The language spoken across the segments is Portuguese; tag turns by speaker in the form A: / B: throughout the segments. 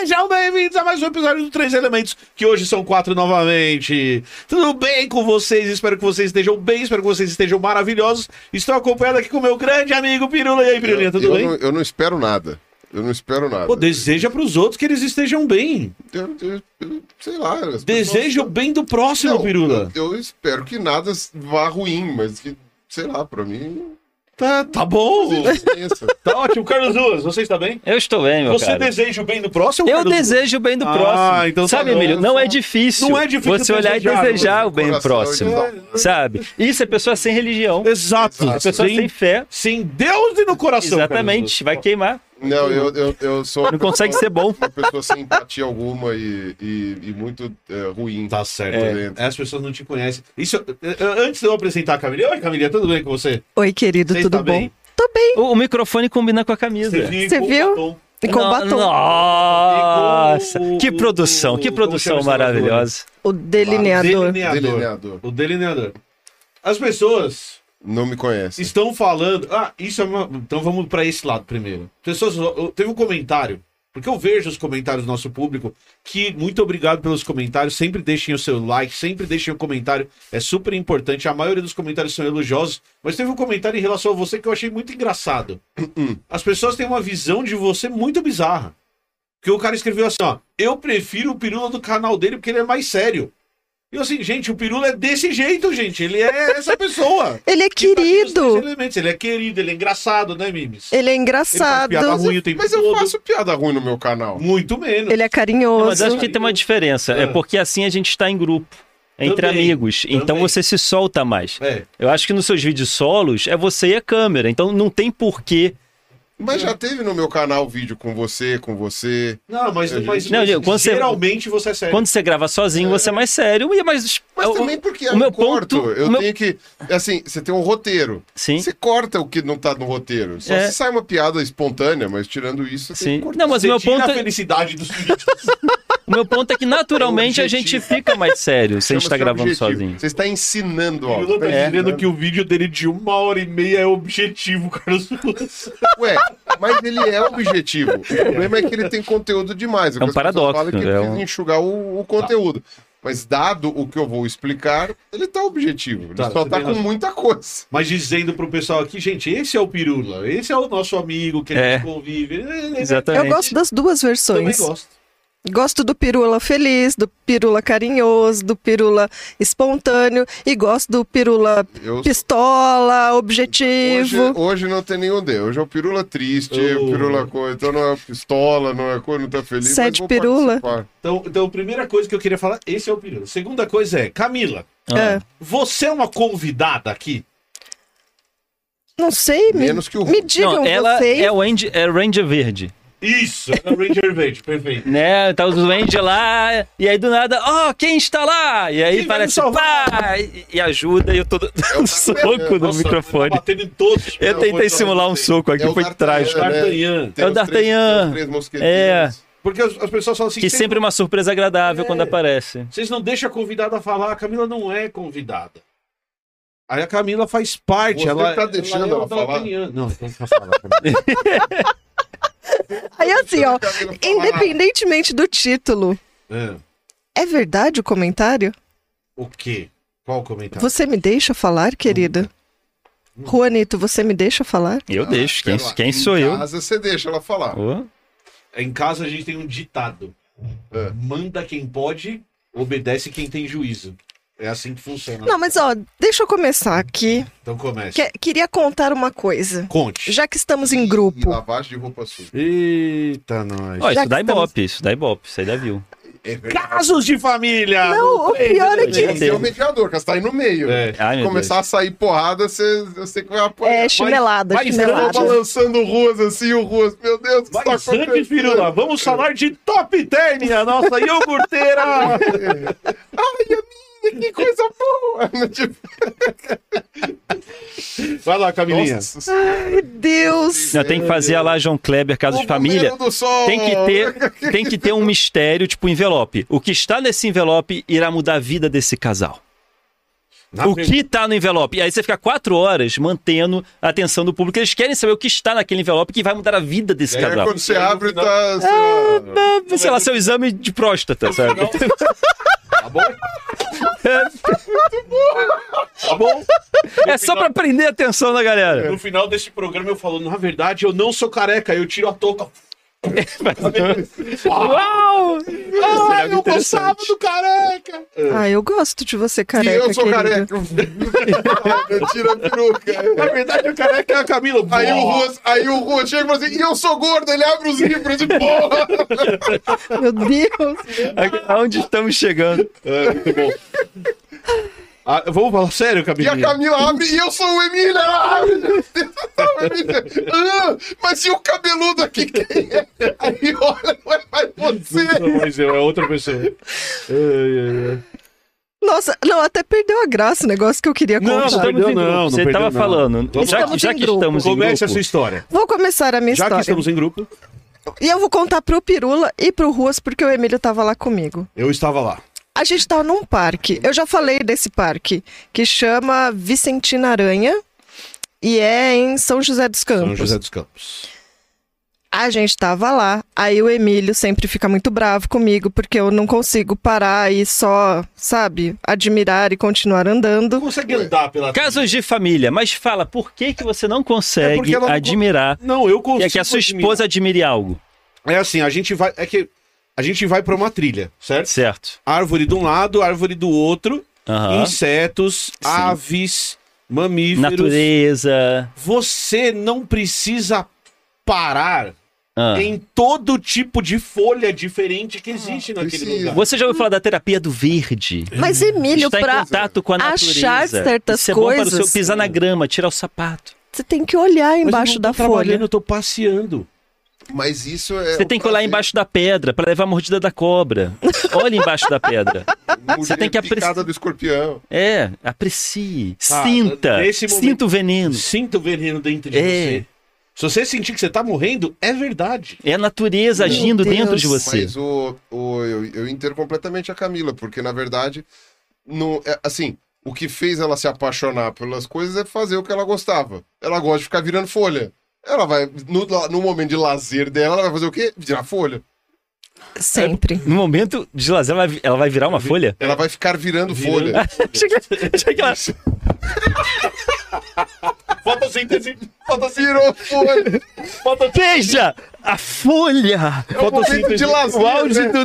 A: Sejam bem-vindos a mais um episódio do Três Elementos, que hoje são quatro novamente. Tudo bem com vocês? Espero que vocês estejam bem, espero que vocês estejam maravilhosos. Estou acompanhado aqui com meu grande amigo Pirula. E aí, Pirulinha, tudo
B: eu
A: bem?
B: Não, eu não espero nada. Eu não espero nada.
A: Pô, deseja pros outros que eles estejam bem.
B: Eu- eu- eu- sei lá. as
A: Deseja o
B: pessoas-
A: bem do próximo,
B: Não,
A: Pirula.
B: Eu espero que nada vá ruim, mas que, sei lá, pra mim.
A: Tá, tá bom.
B: não tem diferença.
A: Tá ótimo. Carlos Duas, você está bem?
C: Eu estou bem, meu
A: Você
C: cara.
A: deseja o bem do próximo?
C: Eu
A: Carlos Duas?
C: desejo o bem do
A: Ah,
C: próximo.
A: então tá
C: sabe,
A: bom.
C: Emílio? Não é difícil.
A: Não é difícil
C: Você
A: desejar,
C: olhar e desejar
A: mas
C: o bem do
B: coração,
C: próximo.
B: então.
C: Sabe? Isso é pessoa sem religião.
A: Exato.
C: É pessoa sem
A: Sem,
C: fé.
A: sem Deus e no coração.
C: Exatamente. Vai
A: Carlos Duas.
C: queimar.
B: Não, eu, eu, eu sou. uma
C: Não consegue
B: pessoa-
C: ser bom.
B: Uma pessoa sem empatia alguma e, e, e muito é, ruim.
A: Tá certo.
B: É.
A: É, As pessoas não te conhecem. Isso, eh, antes de eu apresentar a Camila, oi Camila, tudo bem com você?
D: Oi, querido,
A: Você
D: tudo
A: está
D: bom?
A: tá bem?
D: Tô bem.
C: O, o microfone combina com a camisa.
D: Você viu? E com
C: No-
D: batom.
C: Nossa!
A: E com o-
C: Que produção, que
A: como chama
C: produção
A: esse
C: maravilhosa.
D: O delineador.
A: Ah, Delineador.
B: Delineador.
A: O delineador. As pessoas
B: Não me conhece.
A: estão falando. Ah, isso é uma. Então vamos para esse lado primeiro. Pessoas, eu- teve um comentário. Porque eu vejo os comentários do nosso público, que muito obrigado pelos comentários, sempre deixem o seu like, sempre deixem o comentário, é super importante. A maioria dos comentários são elogiosos, mas teve um comentário em relação a você que eu achei muito engraçado. As pessoas têm uma visão de você muito bizarra. Porque o cara escreveu assim, ó, eu prefiro o Pirula do canal dele porque ele é mais sério. E eu assim, gente, o Pirula é desse jeito, gente, ele é essa pessoa.
D: Ele é
A: Que tá aqui nos três
D: querido.
A: elementos. Ele é querido, ele é engraçado, né, Mimes?
D: Ele é
A: Ele faz
D: engraçado.
A: piada ruim o tempo
B: Mas eu
A: todo.
B: faço piada ruim no meu canal.
A: Muito menos.
D: Ele é
C: Mas
D: carinhoso.
C: acho que tem uma diferença. É
A: Ah.
C: porque assim a gente está em grupo. Entre
A: Também,
C: amigos. Então
A: também.
C: você se solta mais.
A: É.
C: Eu acho que nos seus vídeos solos é você e a câmera. Então não tem porquê
A: É.
B: Mas já teve no meu canal vídeo com você, com você.
A: Não, mas, mas,
C: é Não,
A: mas
C: Diego, quando você-
A: geralmente você é sério.
C: Quando você grava sozinho, você é mais sério e é mais.
B: Mas
C: o-
B: também porque
C: o
B: eu
C: meu
B: corto.
C: ponto.
B: eu
C: o meu-
B: tenho que. Assim, você tem um roteiro.
C: Sim.
B: Você corta o que não tá no roteiro. Só
C: É.
B: se sai uma piada espontânea, mas tirando isso, você tem
C: Sim.
B: que cortar.
C: Não, mas o
A: Você
C: meu
A: tira
C: ponto,
A: a
C: é,
A: felicidade dos vídeos.
C: o meu ponto é que naturalmente
A: É um
C: a gente fica mais sério se a gente
B: Chama-se
C: tá gravando
B: objetivo.
C: sozinho. É.
B: Você está ensinando, ó.
A: Eu tô
B: Você tá
A: dizendo
B: ensinando.
C: né?
A: que o vídeo dele de uma hora e meia é objetivo, Carlos Ruas.
B: Ué, mas ele é objetivo. O problema é que ele tem conteúdo demais. O
C: É um
B: que as pessoas
C: paradoxo,
B: falam é que
C: é
B: precisa
C: um-
B: enxugar o, o conteúdo. Mas dado o que eu vou explicar, ele tá objetivo. Ele
A: Tá,
B: só
A: você
B: tá
A: tem
B: com
A: razão.
B: muita coisa.
A: Mas dizendo pro pessoal aqui, gente, esse é o Pirula, esse é o nosso amigo que a
C: É.
A: gente convive.
C: Exatamente.
D: Eu gosto das duas
A: Também
D: versões.
A: gosto.
D: Gosto do pirula feliz, do pirula carinhoso, do pirula espontâneo e gosto do pirula
B: Eu sou-
D: pistola,
B: Hoje,
D: objetivo.
B: hoje não tem nenhum D. Hoje é o pirula triste, é o
A: Oh.
B: pirula coisa. Então não é pistola, não é coisa, não tá feliz. mas
D: Sete
B: vou
D: pirula.
B: participar.
A: Então, então, primeira coisa que eu queria falar, esse é o Pirula. Segunda coisa é, Camila,
B: Ah.
D: É.
A: você é uma convidada aqui?
D: Não sei, me,
B: Menos que o
D: me
B: Hulk.
D: digam
C: Não, ela
D: vocês.
C: é o Andy, é o Ranger Verde.
A: Isso, é o Ranger Verde, perfeito.
C: Né? Tá os Ranger lá, e aí do nada, ó, quem está lá? E aí
A: Quem vai me
C: parece,
A: salvar?
C: pá! E, e ajuda, e eu tô dando um soco
B: Nossa,
C: no
A: Tá
C: microfone.
A: batendo em todos.
C: Eu tentei simular um soco aqui,
B: Então, É o
C: foi
B: D'Artagnan,
C: trágico.
B: né?
A: D'Artagnan.
B: Tem
C: É
B: os
C: o
B: três-
C: D'Artagnan. É.
B: tem os três mosqueteiros.
A: Porque as, as pessoas falam assim,
C: Que
A: "Cê-
C: sempre é uma surpresa agradável quando aparece.
A: Vocês não deixam a convidada falar, a Camila não é convidada. Aí a Camila faz parte.
B: Você
A: ela
B: tá deixando
A: é o
B: ela falar?
A: D'Artagnan. Não, tem que falar. Camila.
D: Aí assim,
B: Você
D: ó,
B: não tá querendo falar.
D: independentemente do título,
A: É.
D: é verdade o comentário?
A: O quê? Qual o comentário?
D: Você me deixa falar, querida? Juanito, você me deixa falar?
C: Eu deixo. Quem,
B: Pera lá,
C: quem
B: em
C: sou eu?
B: casa você deixa ela falar.
C: Ô,
A: Em casa a gente tem um ditado.
B: É.
A: Manda quem pode, obedece quem tem juízo. É assim que funciona.
D: Não, mas ó, deixa eu começar aqui.
A: Então comece.
D: Que- queria contar uma coisa.
A: Conte.
D: Já que estamos em
B: E
D: grupo,
B: lavagem de roupa suja.
A: Eita, nós.
C: Ó,
D: Já
C: isso
D: que
C: dá
D: estamos-
C: ibope, isso dá ibope, isso aí dá view.
B: É verdade.
A: Casos de família!
D: Não, o pior é
B: Tem que
D: que.
B: ser o mediador, que você tá aí no meio.
A: É.
C: Ai,
B: Se
C: meu
B: começar a sair porrada, você, eu sei que vai apanhar.
D: É,
B: Mas-
D: chinelada,
A: mas não
B: Ela
D: chinelada.
B: balançando ruas assim, o ruas. Meu Deus, o que tá
A: Vai, Sandy Firula, vamos falar de Top Term, a nossa iogurteira!
B: Ai, a minha, que coisa boa! Tipo,
A: Vai lá, Camilinha.
B: nossa,
D: Meu Deus!
C: Deus. Não, tem que fazer a lá João Kleber, caso de
B: o
C: família.
B: governo do sol.
C: Tem que, ter, tem que ter um mistério, tipo envelope. O que está nesse envelope irá mudar a vida desse casal.
A: Na
C: o
A: pergunta.
C: que está no envelope? E aí você fica quatro horas mantendo a atenção do público. Eles querem saber o que está naquele envelope que vai mudar a vida desse
B: E aí,
C: casal.
B: É quando você abre, tá. sei lá,
C: Ah, Sei lá, seu exame de próstata, sabe?
A: Tá bom? Tá bom?
C: é só pra prender a atenção da galera.
A: No final desse programa eu falo, na verdade, eu não sou careca, eu tiro a touca.
C: Uau!
A: Ah,
C: eu gostava
A: do careca!
D: Ah, eu gosto de você,
B: E
D: careca.
B: eu sou
D: querido.
B: careca. Tira a peruca.
A: Na verdade, o careca é a Camila.
B: Aí o, Ruas, aí o Ruas chega e fala assim: e eu sou gordo, ele abre os livros de porra!
D: Meu Deus!
C: A- Aonde estamos chegando?
A: É, muito bom. Ah, vamos falar sério,
B: E a
A: Camilinha?
B: Camila abre, e eu sou o Emília! Ela abre, meu Deus, o Emília. Ah, mas e o cabeludo aqui? Quem é? Aí olha, não é mais você!
A: Não, mas eu, é outra pessoa. Ai, ai, ai.
D: Nossa, não, até perdeu a graça o negócio que eu queria
C: Não,
D: contar.
C: estamos
A: perdeu
C: em grupo.
A: não, não
C: Você
A: perdeu
C: tava
A: não.
C: falando.
A: Vamos-
C: Já que,
D: Estamos
C: já
D: em
C: que
D: grupo.
C: estamos em grupo.
A: Comece a sua história.
D: Vou começar a minha
A: Já que
D: história.
A: estamos em grupo,
D: E eu vou contar pro Pirula e pro Ruas, porque o Emílio tava lá comigo.
A: eu estava lá.
D: A gente tá num parque. Eu já falei desse parque, que chama Vicentina Aranha. E é em São José dos Campos.
C: Então,
A: São José dos Campos.
D: A gente tava lá, aí o Emílio sempre fica muito bravo comigo, porque eu não consigo parar e só, sabe, admirar e continuar andando.
A: consegue andar pela.
C: Casos de família, mas fala, por que, que você não
A: É
C: consegue
A: porque ela não-
C: admirar?
A: Não, eu
C: E
A: consigo.
C: é que a sua
A: admirar.
C: esposa admire algo,
A: É assim, a gente vai. É que a gente vai pra uma trilha, certo?
C: certo?
A: Árvore de um lado, árvore do outro,
C: Aham.
A: insetos, aves, mamíferos.
C: Natureza.
A: Você não precisa parar
C: Ah.
A: em todo tipo de folha diferente que existe naquele
B: precisa.
A: lugar.
C: Você já ouviu falar da terapia do verde?
A: É.
D: Mas Emílio,
C: Está em
D: pra
C: contato com a natureza.
D: achar certas
C: Isso é Bom para o
D: coisas.
C: seu pisar na grama, tirar o sapato.
D: você tem que olhar
A: Mas eu
D: embaixo
A: não tô
D: da
A: trabalhando,
D: folha.
A: Eu tô passeando.
B: Mas isso é.
C: Você tem que olhar embaixo da pedra para levar a mordida da cobra. Olha embaixo da pedra.
B: Você
C: Ah,
B: tem
C: tem que
B: que
C: apreci-
B: picada do escorpião.
C: É, aprecie,
A: Tá,
C: sinta,
A: nesse momento-
C: sinta o veneno.
A: Sinta o veneno dentro de
C: É.
A: você. Se você sentir que você tá morrendo, é verdade.
C: É a natureza
D: Meu
C: agindo
D: Deus.
C: dentro de você.
B: Mas o, o- eu, eu entendo completamente a Camila, porque na verdade, no, é, assim, o que fez ela se apaixonar pelas coisas é fazer o que ela gostava. Ela gosta de ficar virando folha. Ela vai, no, no momento de lazer dela, ela vai fazer o quê? Virar folha.
D: Sempre.
C: No momento de lazer, ela vai, ela vai virar uma folha?
B: Ela vai ficar virando,
A: Virando-
B: folha.
C: Achei que- achei que ela-
A: Fotossíntese.
B: Virou folha.
C: Veja! A folha!
B: É o momento de lazer.
C: O áudio
B: né?
C: do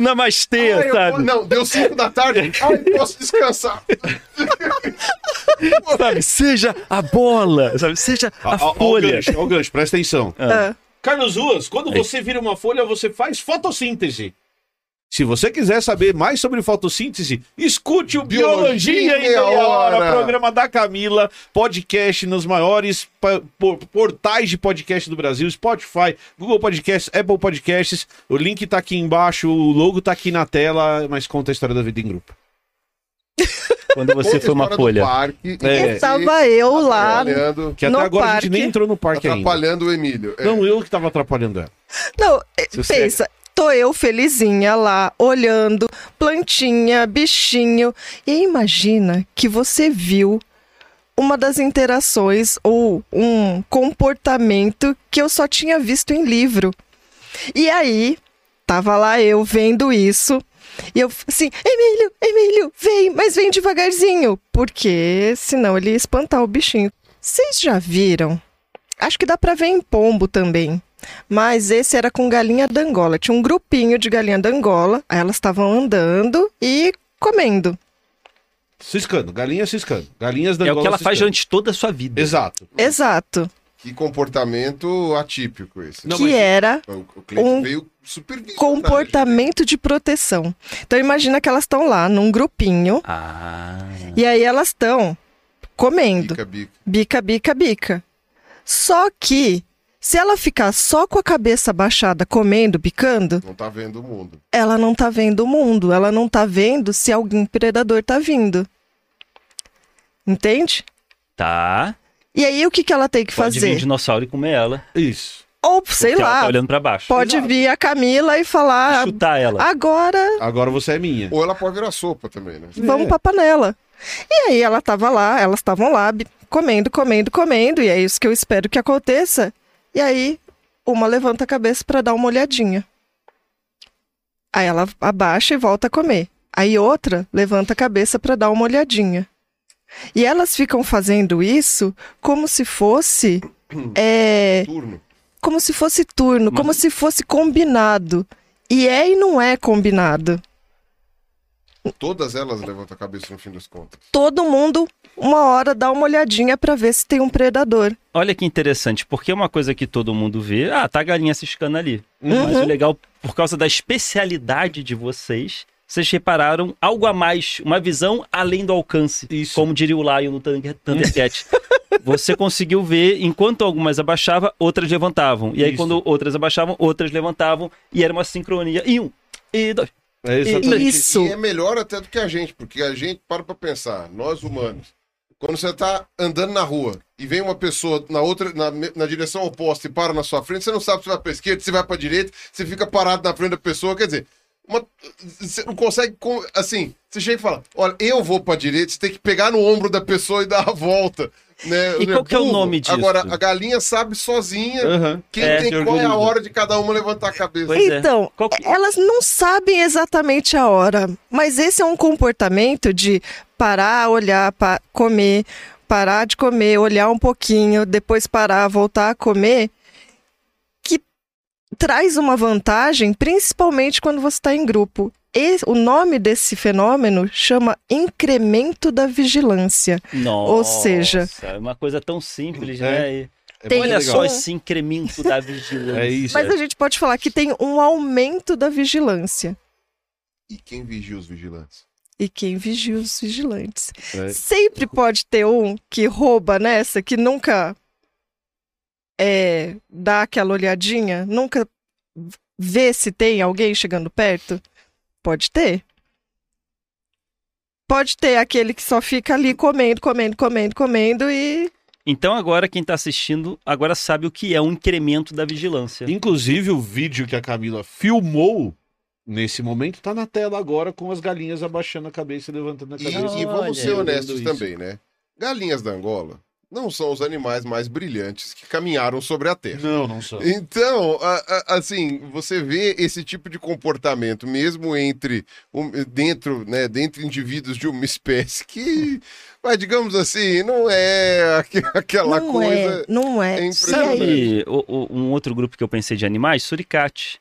B: Ai,
C: Namastê,
B: eu vou-
C: sabe?
B: Não, deu 5 da tarde. Ai, posso descansar.
C: Sabe, Seja a bola, sabe? Seja a,
A: Ó, ó, Ó o
C: folha.
A: gancho, ó o gancho, presta atenção.
D: Ah.
A: Carlos Ruas, quando
C: É
A: você vira uma folha, você faz fotossíntese. Se você quiser saber mais sobre fotossíntese, escute o Biologia,
B: Biologia
A: em
B: em
A: Meia
B: Meia
A: hora,
B: Hora.
A: programa da Camila, podcast nos maiores pa- por- portais de podcast do Brasil, Spotify, Google Podcasts, Apple Podcasts. O link tá aqui embaixo, o logo tá aqui na tela, mas conta a história da vida em grupo.
C: Quando você
B: Conta a
C: foi uma
B: história do
C: folha.
B: Parque,
A: É.
B: E-
D: Tava eu lá.
B: Atrapalhando,
A: Que até
D: No
A: agora a
D: parque.
A: gente nem entrou no parque ainda.
B: atrapalhando o Emílio. É.
A: Não, eu que tava atrapalhando ela.
D: Não, é,
C: Sossega.
D: pensa, tô eu felizinha lá, olhando, plantinha, bichinho. E aí imagina que você viu uma das interações ou um comportamento que eu só tinha visto em livro. E aí, tava lá eu vendo isso. E eu assim, Emílio, Emílio, vem, mas vem devagarzinho. Porque senão ele ia espantar o bichinho. Vocês já viram? Acho que dá pra ver em pombo também. Mas esse era com galinha d'Angola. Tinha um grupinho de galinha d'Angola. Aí elas estavam andando e comendo.
A: Ciscando, galinha ciscando. Galinhas da
C: É o que
A: Angola
C: ela faz
A: ciscando.
C: durante toda a sua vida.
A: Exato.
D: Exato.
B: Que comportamento atípico esse.
A: Não,
D: que
A: mas-
D: era
B: O, o cliente
D: Um
B: veio super visionário.
D: comportamento de proteção. Então imagina que elas estão lá num grupinho
C: Ah.
D: e aí elas estão comendo.
B: Bica, bica.
D: Bica, bica, bica. Só que se ela ficar só com a cabeça baixada comendo, bicando,
B: Não tá vendo o mundo.
D: ela não tá vendo o mundo, ela não tá vendo se algum predador tá vindo. Entende?
C: Tá.
D: E aí o que, que ela tem que
C: Pode vir um
D: fazer?
C: dinossauro e comer ela.
A: Isso.
D: Ou sei
C: porque Ela
D: lá,
C: tá olhando pra baixo.
D: pode vir a Camila e falar:
C: Chutar ela.
D: agora
A: Agora você é minha.
B: Ou ela pode virar sopa também, né?
D: Vamos pra panela. E aí ela tava lá, elas estavam lá, bi- comendo, comendo, comendo, e é isso que eu espero que aconteça. E aí uma levanta a cabeça pra dar uma olhadinha. Aí ela abaixa e volta a comer. Aí outra levanta a cabeça pra dar uma olhadinha. E elas ficam fazendo isso como se fosse é,
B: Turno.
D: como se fosse turno,
C: Mas-
D: como se fosse combinado. E é e não é combinado.
B: Todas elas levantam a cabeça no fim das contas.
D: todo mundo uma hora dá uma olhadinha pra ver se tem um predador.
C: Olha que interessante, porque é uma coisa que todo mundo vê. Ah, tá a galinha ciscando ali.
A: Uhum.
C: Mas o legal, por causa da especialidade de vocês, vocês repararam algo a mais, uma visão além do alcance.
A: Isso.
C: Como diria o Lion no Thunder- Thundercat. Você conseguiu ver, enquanto algumas abaixavam, outras levantavam. E aí,
A: Isso.
C: quando outras abaixavam, outras levantavam. E era uma sincronia. E um, e dois.
A: É exatamente.
D: Isso.
B: E é melhor até do que a gente, porque a gente, para pra pensar, nós humanos, quando você tá andando na rua e vem uma pessoa na outra, na, me- na direção oposta e para na sua frente, você não sabe se vai pra esquerda, se vai pra direita, você fica parado na frente da pessoa, quer dizer, uma- você não consegue, com- assim, você chega e fala, olha, eu vou pra direita, você tem que pegar no ombro da pessoa e dar a volta. Né?
C: E qual que é o
B: Burro.
C: nome disso?
B: Agora, a galinha sabe sozinha
A: Aham.
B: quem
C: É,
B: tem,
A: se
B: qual é
A: organiza.
B: a hora de cada uma levantar a cabeça.
C: Pois é.
D: então,
C: Qual que-
D: elas não sabem exatamente a hora, mas esse é um comportamento de parar, olhar, pa- comer, parar de comer, olhar um pouquinho, depois parar, voltar a comer, que traz uma vantagem, principalmente quando você está em grupo. E o nome desse fenômeno chama incremento da vigilância.
C: Nossa,
D: seja-
C: É uma coisa tão simples,
A: É.
C: né? E-
A: É
D: Tem-
A: muito
C: Olha
A: legal.
C: só esse incremento da vigilância.
A: É isso.
D: Mas a gente pode falar que tem um aumento da vigilância.
B: E quem vigia os vigilantes?
D: E quem vigia os vigilantes.
A: É.
D: Sempre pode ter um que rouba nessa, que nunca é, dá aquela olhadinha, nunca vê se tem alguém chegando perto. Pode ter. Pode ter aquele que só fica ali comendo, comendo, comendo, comendo e.
C: Então agora quem tá assistindo agora sabe o que é um incremento da vigilância.
A: É. Inclusive, o vídeo que a Camila filmou nesse momento tá na tela agora com as galinhas abaixando a cabeça e levantando a
B: E,
A: cabeça.
B: e
C: Olha,
B: vamos ser
A: eu vendo
B: honestos
A: isso.
B: também, né? Galinhas da Angola não são os animais mais brilhantes que caminharam sobre a Terra.
A: Não, não sou.
B: Então, a- a- assim, você vê esse tipo de comportamento mesmo entre um- dentro, né, dentro indivíduos de uma espécie que, mas digamos assim, não é aque- aquela
D: não é,
B: coisa.
D: não
B: é
D: é.
B: impressionante.
D: E aí?
C: Sabe o- o- um outro grupo que eu pensei de animais? Suricate.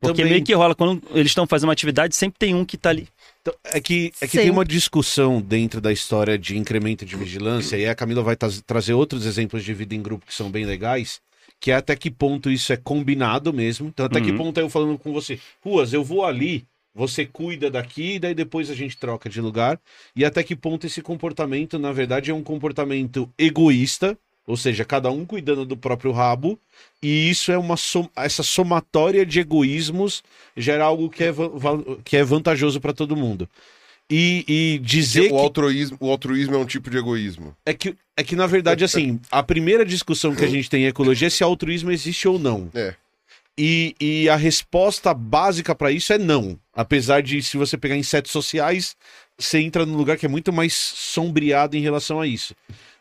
C: Porque
A: Também.
C: meio que rola, quando eles estão fazendo uma atividade, sempre tem um que tá ali.
A: Então, é que, é que
D: Sempre.
A: tem uma discussão dentro da história de incremento de vigilância, e a Camila vai traz- trazer outros exemplos de vida em grupo que são bem legais, que é até que ponto isso é combinado mesmo. Então, até que
C: Uhum.
A: ponto eu falando com você, Ruas, eu vou ali, você cuida daqui, e daí depois a gente troca de lugar. E até que ponto esse comportamento, na verdade, é um comportamento egoísta, ou seja, cada um cuidando do próprio rabo, e isso é uma som- essa somatória de egoísmos gera algo que é, va- va- que é vantajoso para todo mundo. E, e dizer
B: O
A: que
B: altruísmo, o altruísmo é um tipo de egoísmo.
A: é, que é que, na verdade, assim, a primeira discussão que a gente tem em ecologia é se altruísmo existe ou não.
B: É.
A: E, e a resposta básica para isso é não. Apesar de, se você pegar insetos sociais, você entra num lugar que é muito mais sombreado em relação a isso.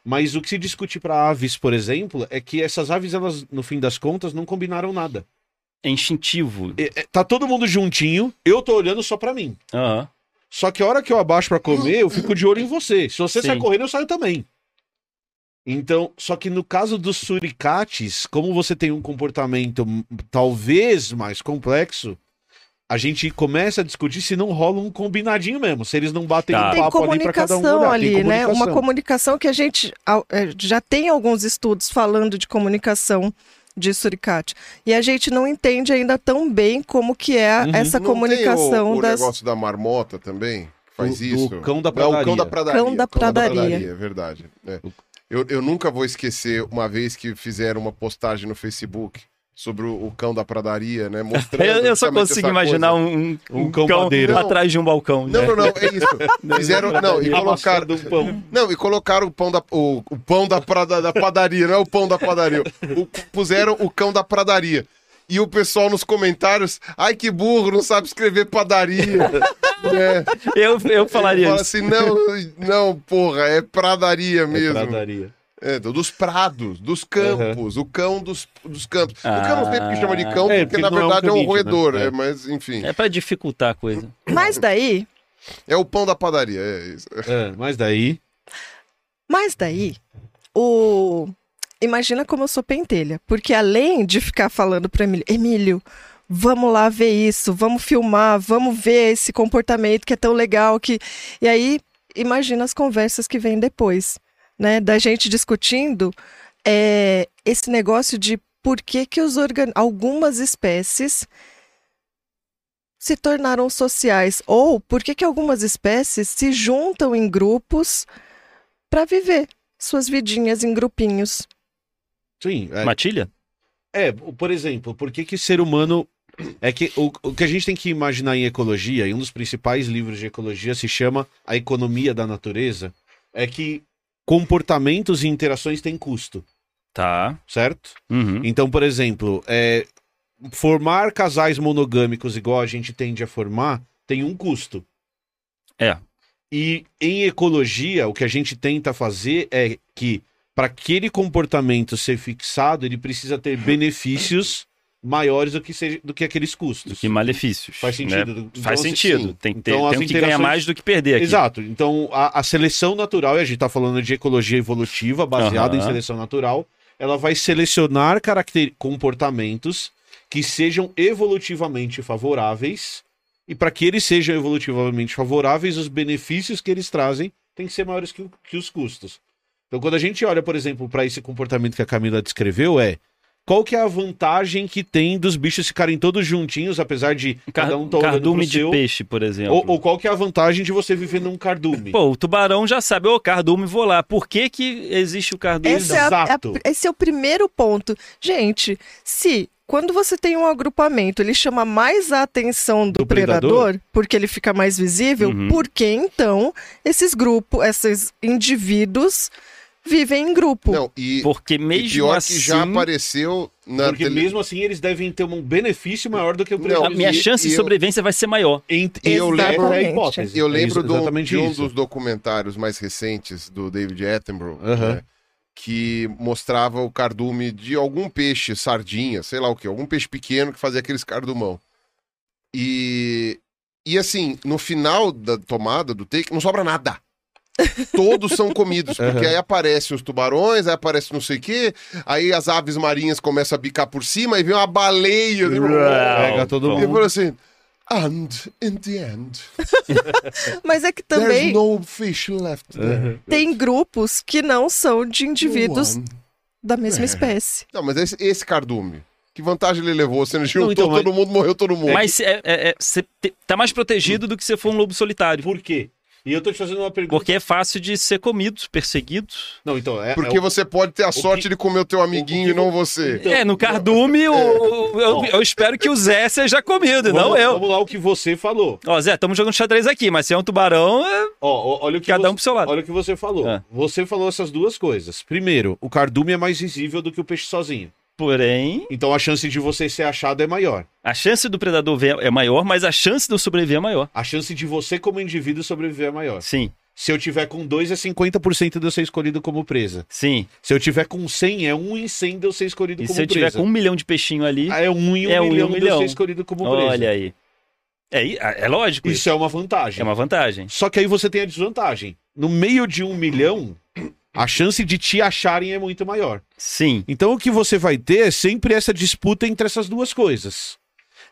A: Mas o que se discute para aves, por exemplo, é que essas aves, elas, no fim das contas, não combinaram nada.
C: É instintivo.
A: É- é- tá todo mundo juntinho, eu tô olhando só pra mim.
C: Aham.
A: Só que a hora que eu abaixo pra comer, eu fico de olho em você. Se você
C: Sim.
A: sair correndo, eu saio também. Então, só que no caso dos suricates, como você tem um comportamento m- talvez mais complexo, a gente começa a discutir se não rola um combinadinho mesmo, se eles não batem
C: Tá.
A: um
D: Tem
A: papo ali pra cada um
D: comunicação
A: olhar.
D: ali,
A: Tem
D: né?
A: comunicação.
D: Uma comunicação que a gente ao- é, já tem alguns estudos falando de comunicação de suricate. E a gente não entende ainda tão bem como que é a-
A: Uhum.
D: essa
B: Não
D: comunicação
B: tem o, o
D: das.
B: negócio da marmota também? que Faz
A: Do- do
B: isso?
A: cão da
B: É o cão
A: pradaria.
B: da pradaria.
D: Cão da
B: o
D: pradaria.
B: é verdade. É. Eu, eu nunca vou esquecer uma vez que fizeram uma postagem no Facebook sobre o, o cão da pradaria, né? Mostrando
C: Eu, eu só
B: justamente
C: consigo
B: essa
C: imaginar
B: coisa.
C: um, um,
A: Um cão
C: cão
A: madeira.
C: atrás de um balcão.
B: Não,
C: né?
B: não, não, é isso. Fizeram, não, e colocaram,
A: Amassando um pão.
B: Não, e colocaram o pão da. O, o pão da, prada- da padaria, não é o pão da padaria. O- puseram o cão da pradaria. E o pessoal nos comentários, ai que burro, não sabe escrever padaria. é,
C: Eu, eu falaria
B: fala
C: isso.
B: assim, não, não, porra, é pradaria mesmo. É,
A: Pradaria.
B: do- dos prados, dos campos, o cão dos, dos campos. o cão não sei porque chama de cão,
A: Ah. É, porque
B: porque na
A: não é um
B: verdade é um,
A: cabicho, né?
B: roedor,
A: É.
B: é, mas enfim. É.
C: É pra dificultar a coisa.
D: Mas daí,
B: o pão da padaria, é isso.
A: É, mas daí.
D: mas daí, o. Imagina como eu sou pentelha, porque além de ficar falando para Emílio, Emílio, vamos lá ver isso, vamos filmar, vamos ver esse comportamento que é tão legal que e aí imagina as conversas que vêm depois, né, da gente discutindo é, esse negócio de por que que os organ... algumas espécies se tornaram sociais ou por que que algumas espécies se juntam em grupos para viver suas vidinhas em grupinhos.
A: Sim, é,
C: Matilha?
A: É, por exemplo, por que que ser humano é que o, o que a gente tem que imaginar em ecologia, e um dos principais livros de ecologia se chama A Economia da Natureza, é que comportamentos e interações têm custo,
C: Tá.
A: certo?
C: Uhum.
A: Então, por exemplo, é, formar casais monogâmicos igual a gente tende a formar tem um custo.
C: É.
A: E em ecologia, o que a gente tenta fazer é que para aquele comportamento ser fixado, ele precisa ter benefícios maiores do que, seja- do que aqueles custos.
C: Que malefícios.
A: Faz
C: né?
A: sentido.
C: Faz
A: Então,
C: sentido.
A: sim.
C: Tem que, ter,
A: Então, as
C: temos que ganhar
A: interações-
C: mais do que perder aqui.
A: Exato. Então, a, a seleção natural, e a gente está falando de ecologia evolutiva, baseada em
C: Aham.
A: seleção natural, ela vai selecionar caracter... comportamentos que sejam evolutivamente favoráveis. E para que eles sejam evolutivamente favoráveis, os benefícios que eles trazem têm que ser maiores que, o- que os custos. Então, quando a gente olha, por exemplo, para esse comportamento que a Camila descreveu, é qual que é a vantagem que tem dos bichos ficarem todos juntinhos, apesar de
C: Car-
A: cada um tá olhando pro
C: cardume de
A: seu?
C: peixe, por exemplo.
A: Ou, ou qual que é a vantagem de você viver num cardume?
C: Pô, o tubarão já sabe, ô, cardume, vou lá. Por que que existe o cardume?
D: Essa é a-
A: Exato.
D: é a- esse é o primeiro ponto. Gente, se quando você tem um agrupamento, ele chama mais a atenção do,
A: Do
D: predador,
A: predador?
D: porque ele fica mais visível,
C: Uhum.
D: por que então esses grupos, esses indivíduos vivem em grupo?
B: Não, e,
C: Porque
B: e
C: mesmo
B: pior
C: assim...
B: que já apareceu na
A: Porque
B: tele-
A: mesmo assim eles devem ter um benefício maior do que o
B: Não,
C: A
A: prejuízo.
C: minha
B: E-
C: chance
B: e
C: de
B: eu-
C: sobrevivência vai ser maior.
A: Ent-
B: E eu
A: Essa
B: lembro-
A: é a hipótese.
B: Eu
A: É
B: lembro
A: isso,
B: de um-
A: exatamente
B: de um
A: isso.
B: dos documentários mais recentes do David Attenborough,
A: Aham.
B: né, que mostrava o cardume de algum peixe, sardinha, sei lá o que, algum peixe pequeno que fazia aqueles cardumão. E, e assim, no final da tomada, do take, não sobra nada. Todos são comidos, porque
A: Aham.
B: aí aparecem os tubarões, aí aparece não sei o quê, aí as aves marinhas começam a bicar por cima e vem uma baleia. né?
A: Pega todo
B: E eu
A: mundo.
B: falo assim, and in the end,
D: Mas é que
B: There's
D: também
B: no fish left
A: Uhum.
B: there.
D: tem grupos que não são de indivíduos
B: One.
D: da mesma
B: É.
D: espécie.
B: Não, mas esse, esse cardume. Que vantagem ele levou? Você não juntou
A: então, mas-
B: todo mundo, morreu todo mundo.
C: Mas é- é- é- você te- tá mais protegido do que se for um lobo solitário.
A: Por quê? E eu tô te fazendo uma pergunta.
C: Porque é fácil de ser comido, perseguido.
A: Não, então, é,
B: Porque
A: é o-
B: você pode ter a sorte
A: que-
B: de comer o teu amiguinho
A: o que-
B: e não você.
A: Então,
C: é, no cardume, o- o- eu, eu espero que o Zé seja comido, não
A: vamos,
B: é
C: eu.
A: Vamos lá o que você falou.
C: Ó, Zé, estamos jogando xadrez aqui, mas se é um tubarão, é-
A: Ó, ó, olha o que
C: cada
A: você-
C: um pro seu lado.
A: Olha o que você falou.
C: É.
A: Você falou essas duas coisas. Primeiro, o cardume é mais visível do que o peixe sozinho.
C: Porém,
A: Então a chance de você ser achado é maior.
C: a chance do predador ver é maior, mas a chance de eu sobreviver é maior.
A: A chance de você, como indivíduo, sobreviver é maior.
C: Sim,
A: Se eu tiver com dois, é 50% de eu ser escolhido como presa.
C: sim.
A: Se eu tiver com 100, é um em 100 de eu ser escolhido
C: E
A: como
C: se eu tiver
A: presa.
C: com um milhão de peixinho ali,
A: Ah, É um em um
C: É um em um
A: milhão, de eu
C: milhão.
A: ser escolhido como presa.
C: olha aí. É, i- é lógico isso.
A: Isso é uma vantagem.
C: É uma vantagem.
A: Só que aí você tem a desvantagem. No meio de um milhão, A chance de te acharem é muito maior.
C: Sim.
A: Então o que você vai ter é sempre essa disputa entre essas duas coisas.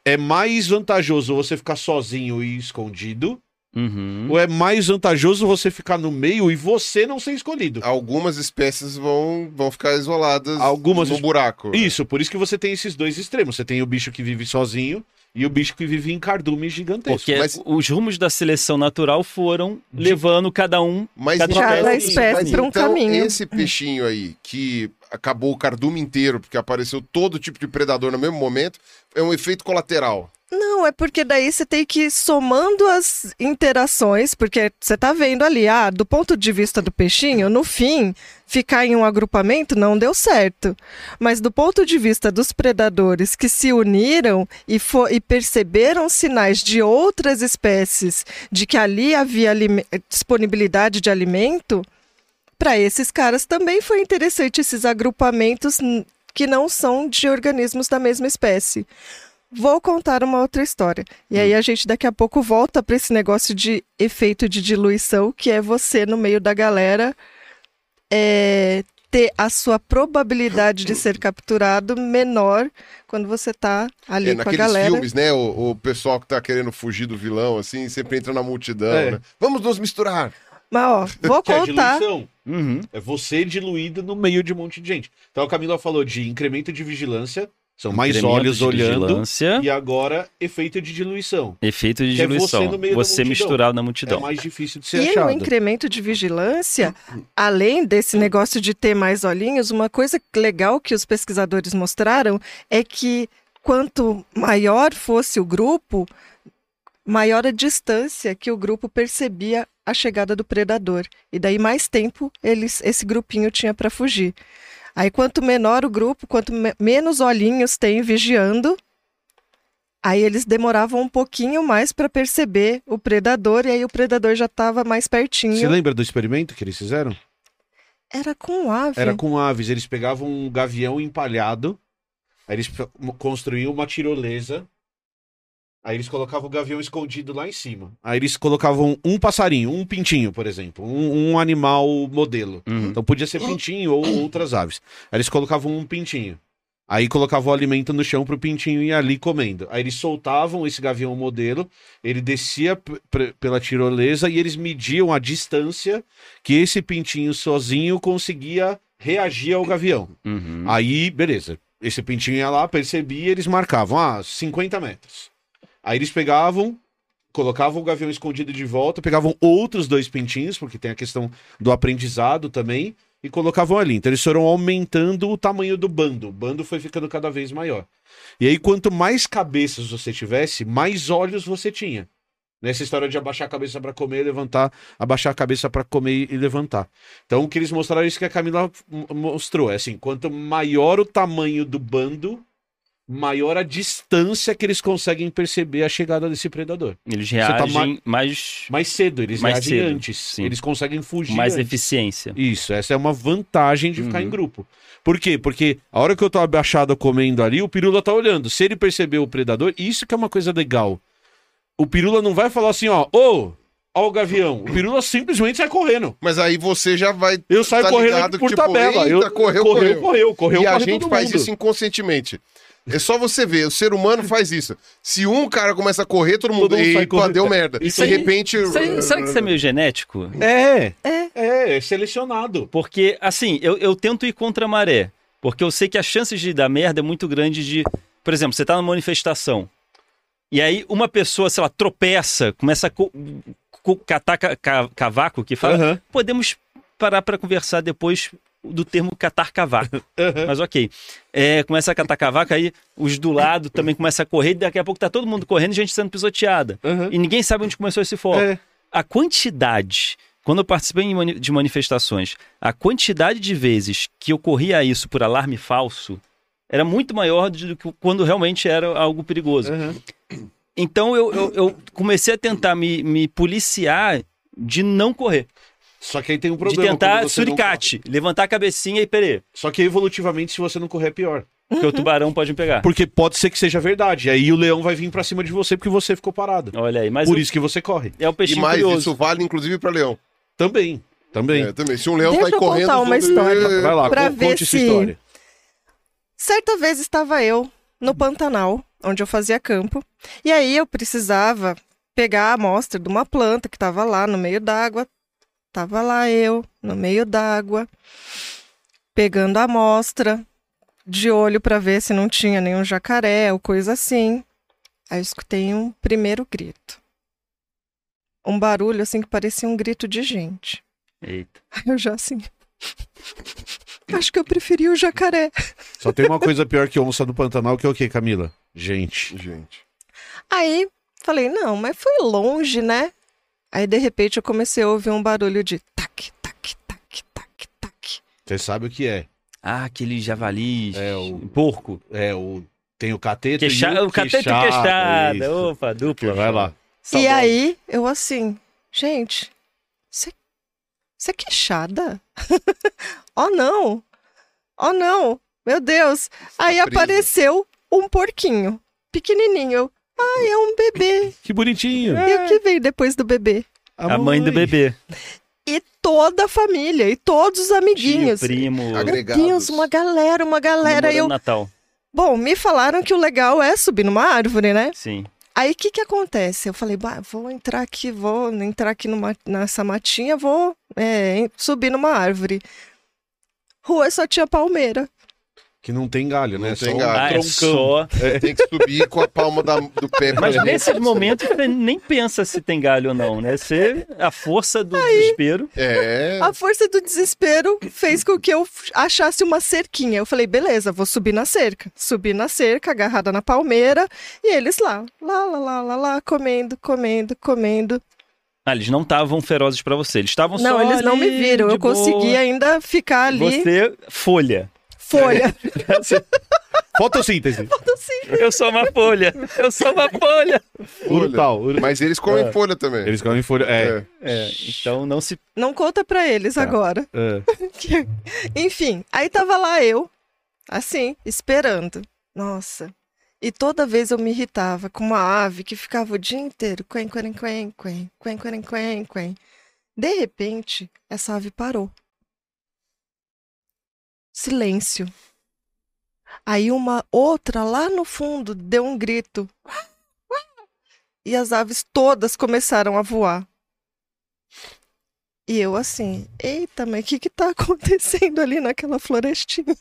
A: É mais vantajoso você ficar sozinho e escondido,
C: Uhum.
A: ou é mais vantajoso você ficar no meio e você não ser escolhido.
B: Algumas espécies vão, vão ficar isoladas
A: Algumas
B: no
A: es-
C: Tipo, né?
B: buraco.
A: Isso, por isso que você tem esses dois extremos. Você tem o bicho que vive sozinho e o bicho que vive em cardumes gigantescos.
C: Porque
B: mas-
C: os rumos da seleção natural foram levando cada um.
B: Mas
C: Cada
B: então-
C: espécie- Cada
D: espécie
B: mas
D: pra um
B: então,
D: caminho.
B: Esse peixinho aí, que acabou o cardume inteiro, porque apareceu todo tipo de predador no mesmo momento, é um efeito colateral.
D: Não, é porque daí você tem que ir somando as interações, porque você tá vendo ali, ah, do ponto de vista do peixinho, no fim, ficar em um agrupamento não deu certo. Mas do ponto de vista dos predadores que se uniram e, fo- e perceberam sinais de outras espécies de que ali havia alime- disponibilidade de alimento, para esses caras também foi interessante esses agrupamentos n- que não são de organismos da mesma espécie. Vou contar uma outra história. E
B: Hum.
D: aí a gente daqui a pouco volta para esse negócio de efeito de diluição, que é você no meio da galera é, ter a sua probabilidade de ser capturado menor quando você tá ali
B: É,
D: com a
B: naqueles
D: galera.
B: filmes, né? O, o pessoal que tá querendo fugir do vilão, assim, sempre entra na multidão,
A: É.
B: né? Vamos nos misturar.
D: Mas ó, vou
A: Que é a
D: contar.
A: diluição.
C: Uhum.
A: É você diluído no meio de um monte de gente. Então a Camila falou de incremento de vigilância, são mais
C: Incremento
A: olhos
C: de
A: olhando,
C: vigilância,
A: e agora efeito de diluição.
C: Efeito de
A: que é você
C: diluição.
A: no
C: Você,
A: meio da multidão.
C: misturar na
A: É
C: multidão.
A: mais difícil de ser
D: E é no
A: achado.
D: incremento de vigilância, além desse negócio de ter mais olhinhos, uma coisa legal que os pesquisadores mostraram é que quanto maior fosse o grupo, maior a distância que o grupo percebia a chegada do predador. E daí mais tempo eles, esse grupinho tinha para fugir. Aí quanto menor o grupo, quanto me- menos olhinhos tem vigiando, Aí eles demoravam um pouquinho mais para perceber o predador e aí o predador já estava mais
A: Você
D: pertinho.
A: lembra do experimento que eles fizeram?
D: Era com um ave.
A: Era com aves. Eles pegavam um gavião empalhado, aí eles fe- construíam uma tirolesa, aí eles colocavam o gavião escondido lá em cima. Aí eles colocavam um passarinho, um pintinho, por exemplo, um, um animal modelo.
C: Uhum.
A: Então podia ser pintinho ou outras aves. Aí eles colocavam um pintinho. Aí colocavam o alimento no chão pro pintinho ir ali comendo. Aí eles soltavam esse gavião modelo, ele descia p- p- pela tirolesa e eles mediam a distância que esse pintinho sozinho conseguia reagir ao gavião.
C: Uhum.
A: Aí, beleza. Esse pintinho ia lá, percebia, eles marcavam, ah, 50 metros. Aí eles pegavam, colocavam o gavião escondido de volta, pegavam outros dois pintinhos, porque tem a questão do aprendizado também, e colocavam ali. Então eles foram aumentando o tamanho do bando. O bando foi ficando cada vez maior. E aí, quanto mais cabeças você tivesse, mais olhos você tinha. Nessa história de abaixar a cabeça para comer e levantar, abaixar a cabeça para comer e levantar. Então, o que eles mostraram é isso que a Camila m- mostrou. É assim, quanto maior o tamanho do bando, maior a distância que eles conseguem perceber a chegada desse predador.
C: Eles
A: tá
C: reagem mais,
A: Mais cedo, eles
C: Mais
A: reagem
C: cedo,
A: antes.
C: sim.
A: Eles conseguem fugir
C: mais
A: antes.
C: eficiência.
A: Isso, essa é uma vantagem de ficar
C: Uhum.
A: em grupo. Por quê? Porque a hora que eu tô abaixado comendo ali, o pirula tá olhando. Se ele perceber o predador, isso que é uma coisa legal. O pirula não vai falar assim, ó, ô, ó o gavião. O pirula simplesmente sai correndo.
B: Mas aí você já vai.
A: Eu saio
B: tá
A: correndo
B: ligado,
A: por
B: tipo,
A: tabela.
B: eita,
A: eu,
B: correu,
A: correu,
B: correu.
A: correu, correu,
B: e a
A: corre
B: gente
A: todo
B: faz
A: mundo.
B: isso inconscientemente. É só você ver, o ser humano faz isso. Se um cara começa a correr, todo mundo,
A: Todo mundo sai
B: eita,
A: correndo."
B: deu merda.
C: Isso
B: de
C: aí-
B: repente.
C: Será, será que isso é meio genético?
A: É,
D: É.
A: é, é selecionado.
C: Porque, assim, eu, eu tento ir contra a maré. Porque eu sei que as chances de dar merda é muito grande de. Por exemplo, você tá numa manifestação. E aí uma pessoa, sei lá, tropeça, começa a co- co- catar ca- ca- cavaco, que fala.
A: Aham,
C: Podemos parar para conversar depois do termo catar cavaco.
A: aham.
C: Mas ok. É, começa a catar cavaco, aí os do lado também começam a correr, e daqui a pouco tá todo mundo correndo e gente sendo pisoteada.
A: Aham.
C: E ninguém sabe onde começou esse foco.
A: É.
C: A quantidade, quando eu participei em mani- de manifestações, a quantidade de vezes que ocorria isso por alarme falso era muito maior do que quando realmente era algo perigoso.
A: Aham.
C: Então eu, eu- eu comecei a tentar me, me policiar de não correr.
A: Só que aí tem um
C: De
A: problema.
C: tentar
A: quando você não
C: suricate, levantar a cabecinha e perê.
A: corre. Só que evolutivamente, se você não correr, é pior.
C: Porque o tubarão pode me pegar.
A: Porque pode ser que seja verdade. Aí o leão vai vir pra cima de você porque você ficou parado.
C: Olha aí, mas
A: Por
C: o-
A: isso que você corre.
C: é o
B: E
C: peixinho
B: mais,
C: curioso.
B: isso vale inclusive pra leão.
A: Também. Também.
B: É, também. Se um leão
D: Deixa
B: sai
D: eu
B: correndo. é,
D: contar uma
B: tudo-
D: história.
A: Vai lá,
D: Pra
A: con-
D: ver
A: conte sua
D: se-
A: história.
D: Certa vez estava eu no Pantanal, onde eu fazia campo, e aí eu precisava pegar a amostra de uma planta que estava lá no meio d'água. Tava lá eu, no meio d'água, pegando a amostra, de olho para ver se não tinha nenhum jacaré ou coisa assim. Aí eu escutei um primeiro grito. Um barulho assim que parecia um grito de gente.
C: Eita.
D: Aí eu já assim. Acho que eu preferi o jacaré.
A: Só tem uma coisa pior que onça do Pantanal, que é o quê, Camila? Gente.
B: Gente.
D: Aí falei, não, mas foi longe, né? Aí de repente eu comecei a ouvir um barulho de tac, tac, tac, tac, tac.
A: Você sabe o que é.
C: Ah, aquele javali.
A: É, o-
C: Porco.
A: É o... Tem o cateto e
C: Queixa... O cateto é
A: queixada,
C: queixada.
A: isso.
C: Opa, dupla.
A: Vai lá.
D: E
C: Saudade.
D: aí eu assim, gente, você é queixada? oh não! Oh não! Meu Deus! Aí
B: Surpresa.
D: apareceu um porquinho, pequenininho. Eu, Ah, é um bebê.
A: Que bonitinho.
D: E o que veio depois do bebê?
C: A mãe do bebê.
D: E toda a família, e todos os
C: Tio,
D: amiguinhos.
C: primo.
B: Agre-
D: Meu Deus,
B: Agregados.
D: uma galera, uma galera.
C: comemorando
D: E eu,
C: Natal.
D: Bom, me falaram que o legal é subir numa árvore, né?
C: Sim.
D: Aí o que que acontece? Eu falei, "Bah, vou entrar aqui, vou entrar aqui numa- nessa matinha, vou é, em- subir numa árvore. Rua só tinha palmeira.
A: Que não tem galho, né?
B: Não
A: Só
B: tem
A: um
B: galho.
C: Ah, é
A: troncão.
C: só.
B: Tem que subir com a palma da- do pé. pra
C: Mas
B: gente.
C: nesses momentos você nem pensa se tem galho ou não, né? Você, a força do desespero.
B: É.
D: A força do desespero fez com que eu achasse uma cerquinha. Eu falei, beleza, vou subir na cerca. Subi na cerca, agarrada na palmeira, e eles lá, lá, lá, lá, lá, lá comendo, comendo, comendo.
C: Ah, eles não estavam ferozes pra você. Eles estavam só.
D: Não, eles não
C: ali
D: me viram.
C: de
D: Eu
C: boa.
D: consegui ainda ficar ali.
C: Você, é. folha.
D: Folha.
A: Fotossíntese.
C: Eu sou uma folha. Eu sou uma folha.
B: Folha.
A: Urtal. ur-
B: Mas eles comem
A: É.
B: folha também.
A: Eles comem folha. É.
B: É.
C: É, então não se.
D: Não conta pra eles agora. Que- Enfim, aí tava lá eu, assim, esperando. Nossa. E toda vez eu me irritava com uma ave que ficava o dia inteiro, quen, quen, quen, quen, quen, quen, quen, quen. De repente, essa ave parou. Silêncio. Aí uma outra lá no fundo deu um grito. E as aves todas começaram a voar. E eu assim, eita, mas o que que tá acontecendo ali naquela florestinha?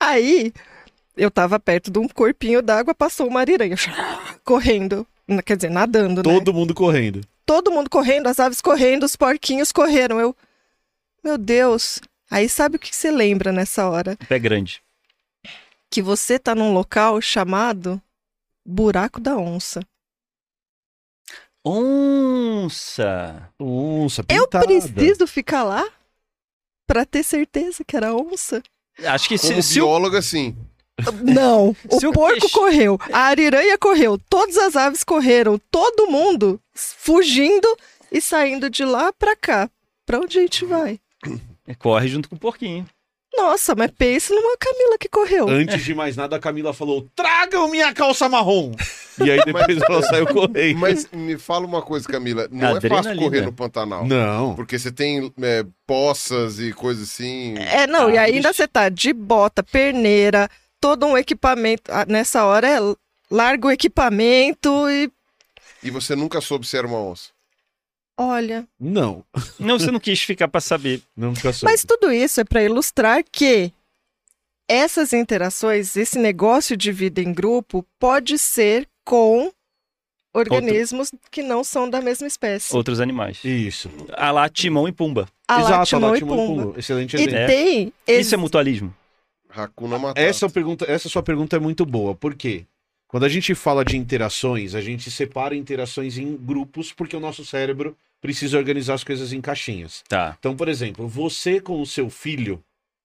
D: Aí, eu tava perto de um corpinho d'água, passou uma ariranha, correndo, na- quer dizer, nadando, né?
A: Todo mundo correndo.
D: Todo mundo correndo, as aves correndo, os porquinhos correram. Eu, meu Deus. Aí sabe o que que você lembra nessa hora?
C: Pé grande.
D: Que você tá num local chamado Buraco da Onça.
C: Onça.
A: Onça,
D: Eu
A: pintada.
D: preciso ficar lá pra ter certeza que era onça?
C: Acho que
B: Como
C: se, se o
B: biólogo, assim.
D: Não, o
C: Se o
D: porco
C: peixe-
D: correu, a ariranha correu, todas as aves correram, todo mundo fugindo e saindo de lá pra cá. Pra onde a gente vai?
C: Corre junto com o porquinho.
D: Nossa, mas pense numa Camila que correu.
A: Antes de mais nada, a Camila falou: tragam minha calça marrom. E aí depois ela saiu correndo.
B: Mas me fala uma coisa, Camila. Não é fácil
C: Adrenalina. né?
B: correr no Pantanal.
A: Não.
B: Porque você tem é, poças e coisa assim.
D: É, não, e
C: Ah,
D: ainda
C: vixe.
D: você tá de bota, perneira, todo um equipamento. Ah, Nessa hora é larga o equipamento e.
B: E você nunca soube se era uma onça.
D: Olha.
A: Não.
C: Não, você não quis ficar pra saber.
A: Não fica só.
D: Mas tudo isso é pra ilustrar que essas interações, esse negócio de vida em grupo, pode ser com organismos que não são da mesma espécie.
C: Outros animais.
A: Isso.
C: A lá, Timão e Pumba.
D: A é lá,
A: Exato,
D: Timão
A: ela
D: e Pumba.
A: Excelente
D: E
A: exemplo.
C: É.
D: tem
C: Isso é mutualismo.
B: Hakuna Matata.
A: Essa, pergunta, essa sua pergunta é muito boa. Por quê? Quando a gente fala de interações, a gente separa interações em grupos porque o nosso cérebro precisa organizar as coisas em caixinhas.
C: Tá.
A: Então, por exemplo, você com o seu filho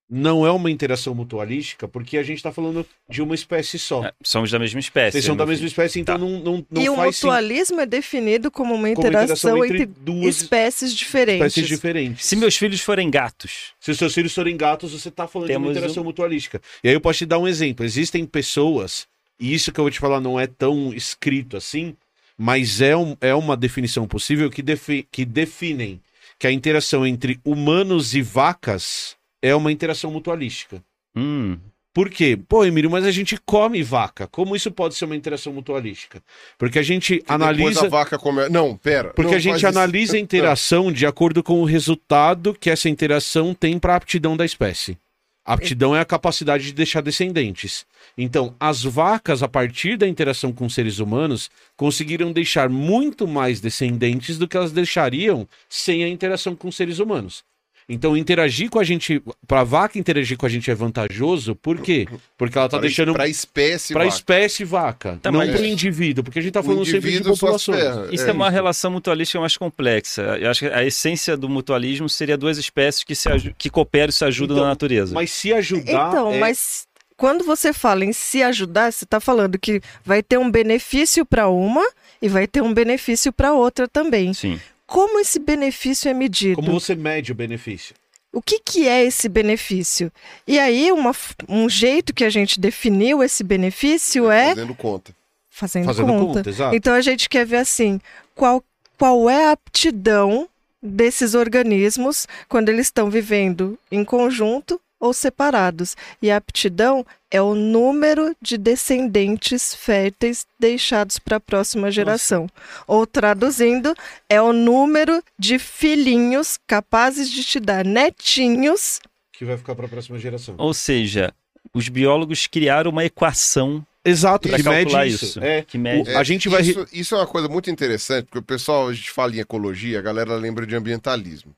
A: não é uma interação mutualística porque a gente está falando de uma espécie só.
C: É, somos da mesma espécie.
A: Vocês são da
C: meu
A: mesma espécie, então
C: Tá.
A: não, não, não
D: e o
A: faz sentido
D: mutualismo é definido como uma
A: como
D: interação, entre,
A: duas
D: espécies diferentes.
A: espécies diferentes.
C: Se meus filhos forem gatos,
A: Se os seus filhos forem gatos, você está falando de
C: Temos
A: uma
C: um-
A: interação mutualística. E aí eu posso te dar um exemplo. Existem pessoas, e isso que eu vou te falar não é tão escrito assim, mas é, um- é uma definição possível que, defi- que definem que a interação entre humanos e vacas é uma interação mutualística.
C: Hum.
A: Por quê? Pô, Emílio, mas a gente come vaca. Como isso pode ser uma interação mutualística? Porque a gente
B: Depois a
A: analisa.
B: vaca come. Não, pera.
A: Porque
B: não
A: a gente
B: faz isso.
A: analisa a interação de acordo com o resultado que essa interação tem para a aptidão da espécie. A aptidão é a capacidade de deixar descendentes. Então, as vacas, a partir da interação com seres humanos, conseguiram deixar muito mais descendentes do que elas deixariam sem a interação com seres humanos. Então, interagir com a gente, para a vaca interagir com a gente é vantajoso, por quê? Porque ela está
B: Pra-
A: tá deixando para
B: Pra espécie,
A: a
B: vaca.
A: espécie vaca,
C: Tá,
A: não
C: mas-
A: para o indivíduo, porque a gente está
B: O
A: falando sempre de
B: indivíduo só se
A: populações.
B: ferra.
C: Isso
B: É
C: é, uma
B: isso.
C: relação mutualística é mais complexa. Eu acho que a essência do mutualismo seria duas espécies que, se aju- que cooperam e se ajudam
A: Então,
C: na natureza.
A: Mas se ajudar.
D: Então,
A: é-
D: mas quando você fala em se ajudar, você está falando que vai ter um benefício para uma e vai ter um benefício para outra também.
C: Sim.
D: Como esse benefício é medido?
A: Como você mede o benefício?
D: O que, que é esse benefício? E aí, uma f- um jeito que a gente definiu esse benefício é
B: Fazendo conta.
D: fazendo,
A: Fazendo
D: conta.
A: conta, exato.
D: Então a gente quer ver assim, qual, qual é a aptidão desses organismos quando eles estão vivendo em conjunto ou separados. E a aptidão é o número de descendentes férteis deixados para a próxima geração. Ou traduzindo, é o número de filhinhos capazes de te dar netinhos.
A: Que vai ficar para a próxima geração.
C: Ou seja, os biólogos criaram uma equação
A: Exato,
C: para
A: que mede
C: calcular
A: isso.
C: isso.
A: É.
C: Que mede.
A: A gente vai-
B: Isso, isso é uma coisa muito interessante, porque o pessoal, a gente fala em ecologia, a galera lembra de ambientalismo.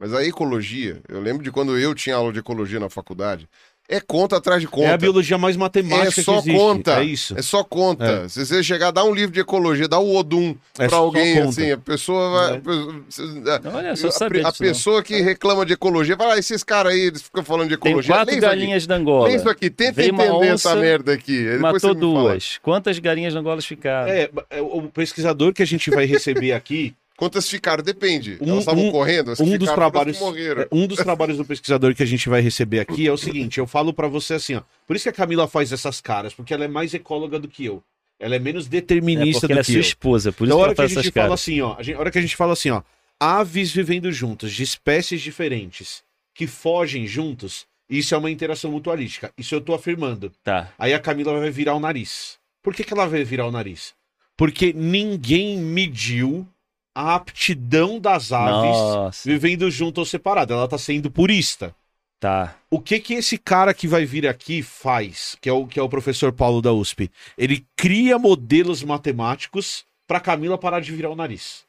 B: Mas a ecologia, eu lembro de quando eu tinha aula de ecologia na faculdade, é conta atrás de conta.
A: É a biologia mais matemática
B: É só
A: que existe.
B: conta.
A: É isso.
B: É só conta. Se você chegar, dá um livro de ecologia, dá o Odum
A: É
B: pra
A: só
B: alguém,
A: conta.
B: assim, a pessoa vai.
A: É.
B: a pessoa-
C: Olha, só
B: a-
C: saber
B: a,
C: disso, não. É.
B: pessoa que reclama de ecologia, fala, ah, esses caras aí, eles ficam falando de
C: Tem
B: ecologia.
C: quatro
B: Lê isso aqui.
C: galinhas da Angola.
B: Lê isso aqui, tenta
C: Veio uma
B: entender essa
C: onça,
B: merda aqui. Aí depois
C: Matou
B: você me fala.
C: duas. Quantas galinhas da Angola ficaram?
A: É, é o pesquisador que a gente vai receber aqui,
B: Quantas ficaram? Depende.
A: Um-
B: Elas estavam
A: um-
B: correndo, as que
A: um dos
B: ficaram, foram as
A: trabalhos,
B: que morreram.
A: é, um dos trabalhos do pesquisador que a gente vai receber aqui é o seguinte, eu falo pra você assim, ó, por isso que a Camila faz essas caras, porque ela é mais ecóloga do que eu. Ela é menos
C: É,
A: determinista do
C: porque ela é
A: que
C: sua
A: eu.
C: esposa, por isso
A: Então, a
C: que
A: hora
C: ela
A: que a
C: faz
A: gente
C: essas
A: fala
C: caras.
A: assim, ó, a, gente- a hora que a gente fala assim, ó, aves vivendo juntas, de espécies diferentes, que fogem juntos, isso é uma interação mutualística. Isso eu tô afirmando.
C: Tá.
A: Aí a Camila vai virar o nariz. Por que, que ela vai virar o nariz? Porque ninguém mediu a aptidão das aves
C: Nossa.
A: vivendo junto ou separado. Ela tá sendo purista.
C: Tá.
A: O que que esse cara que vai vir aqui faz, que é o, que é o professor Paulo da USP? Ele cria modelos matemáticos pra Camila parar de virar o nariz.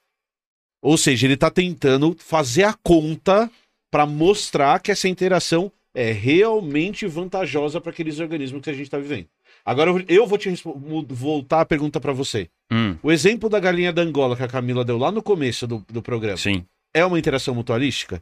A: Ou seja, ele tá tentando fazer a conta pra mostrar que essa interação é realmente vantajosa pra aqueles organismos que a gente tá vivendo. Agora eu- eu vou te respo- mu- voltar a pergunta pra você.
C: Hum,
A: O exemplo da galinha da Angola que a Camila deu lá no começo do, do programa
C: sim.
A: é uma interação mutualística?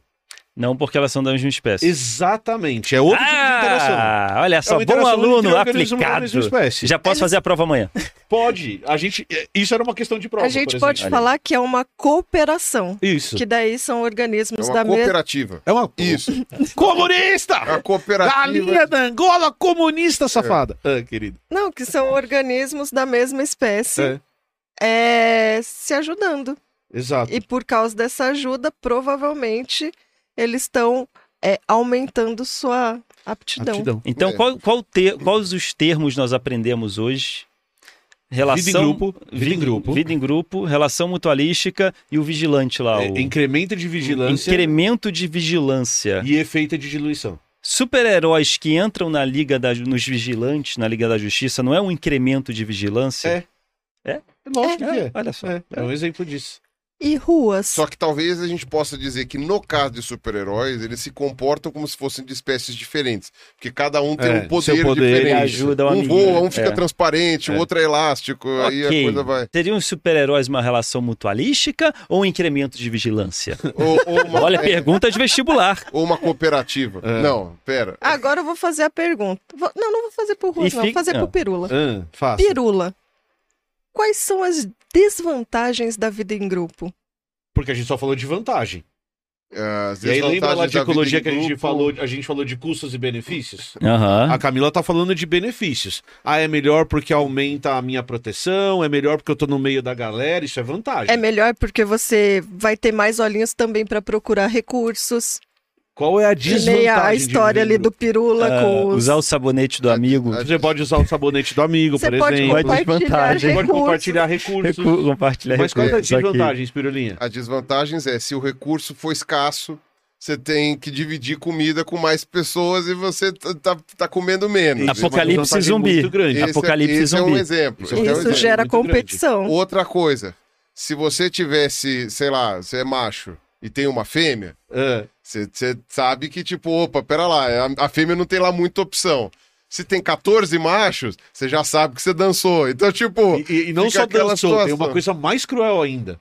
C: Não porque elas são da mesma espécie.
A: Exatamente, é outro tipo de interação.
C: Ah, olha
A: É
C: só,
A: uma
C: bom
A: interação entre
C: aluno
A: organismos da
C: aplicado.
A: mesma espécie.
C: Já posso fazer a prova amanhã.
A: Pode. A gente. é, Isso era uma questão de prova.
D: a gente
A: por
D: pode
A: exemplo.
D: falar que é uma cooperação,
A: Isso.
D: que daí são
B: É
D: organismos
B: uma
D: da mesma
B: cooperativa.
A: É uma.
B: Isso.
A: Comunista!
B: A cooperativa.
A: Galinha da Angola comunista, safada.
C: É,
A: Ah, querido.
D: Não, que são organismos da mesma espécie é, se ajudando.
A: Exato.
D: E por causa dessa ajuda, provavelmente eles estão é, aumentando sua aptidão.
A: Aptidão.
C: Então,
B: É.
C: qual, qual te- quais os termos nós aprendemos hoje? Relação.
A: Vida em grupo. Vida em grupo.
C: Vida em grupo, relação mutualística e o vigilante lá.
A: É,
C: o
A: incremento de vigilância
C: incremento de vigilância.
A: e efeito de diluição.
C: Super-heróis que entram na Liga da, Ju- nos Vigilantes, na Liga da Justiça, não é um incremento de vigilância?
A: É. Lógico que é.
C: Olha só.
A: É, é um exemplo disso.
D: E ruas.
B: Só que talvez a gente possa dizer que no caso de super-heróis, eles se comportam como se fossem de espécies diferentes. Porque cada um tem
A: É,
B: um poder,
A: seu poder,
B: diferente.
A: ele
C: ajuda o
B: um
C: amiguinho,
B: voa, um fica
C: é.
B: transparente, o
A: É.
B: outro é elástico. Aí a
C: Ok.
B: coisa vai.
C: Teriam os super-heróis uma relação mutualística ou um incremento de vigilância?
B: Ou, ou uma,
C: Olha,
B: é,
C: pergunta de vestibular.
B: ou uma cooperativa.
A: É.
B: Não, pera.
D: Agora eu vou fazer a pergunta. Vou- Não, não vou fazer por ruas,
C: E
D: não. Vou
C: fica-
D: fazer
C: Ah.
D: por pirula.
A: Ah, faça.
D: Pirula. Quais são as desvantagens da vida em grupo?
A: Porque a gente só falou de vantagem.
B: As
A: E aí lembra lá
B: desvantagens
A: de
B: da vida
A: ecologia
B: em
A: que a gente
B: grupo.
A: falou, a gente falou de custos e benefícios?
C: Aham.
A: A Camila tá falando de benefícios. Ah, é melhor porque aumenta a minha proteção, é melhor porque eu tô no meio da galera, isso é vantagem.
D: É melhor porque você vai ter mais olhinhos também para procurar recursos.
A: Qual é a
D: Que
A: desvantagem?
D: nem a
A: de
D: história
A: viver
D: ali do pirula
C: Ah,
D: com os...
C: Usar o sabonete do amigo.
A: Você pode usar o sabonete do amigo,
D: Você
A: por
D: pode
A: exemplo.
C: Vai
D: compartilhar
C: desvantagem.
A: Você pode
D: recursos.
A: compartilhar recursos.
C: Recu- Compartilhar
A: Mas qual é a
C: recursos aqui.
A: desvantagem, Spirulinha?
B: As desvantagens é se o recurso for escasso, você tem que dividir comida com mais pessoas e você tá, tá- tá comendo menos.
A: Isso,
C: Apocalipse
A: uma desvantagem
C: zumbi.
A: muito grande.
B: Esse é-
C: Apocalipse
B: esse é um
C: zumbi.
B: exemplo.
A: Isso
B: esse é um
A: Então,
D: Isso
B: exemplo.
D: gera um
A: muito grande.
D: competição.
B: Outra coisa, se você tivesse, sei lá, você é macho e tem uma fêmea,
A: É.
B: você você sabe que, tipo, opa, pera lá, a, a fêmea não tem lá muita opção. Se tem 14 machos, você já sabe que você dançou. Então, tipo.
A: E- E, e não
B: fica
A: só
B: aquela
A: dançou, tem
B: situação.
A: uma coisa mais cruel ainda.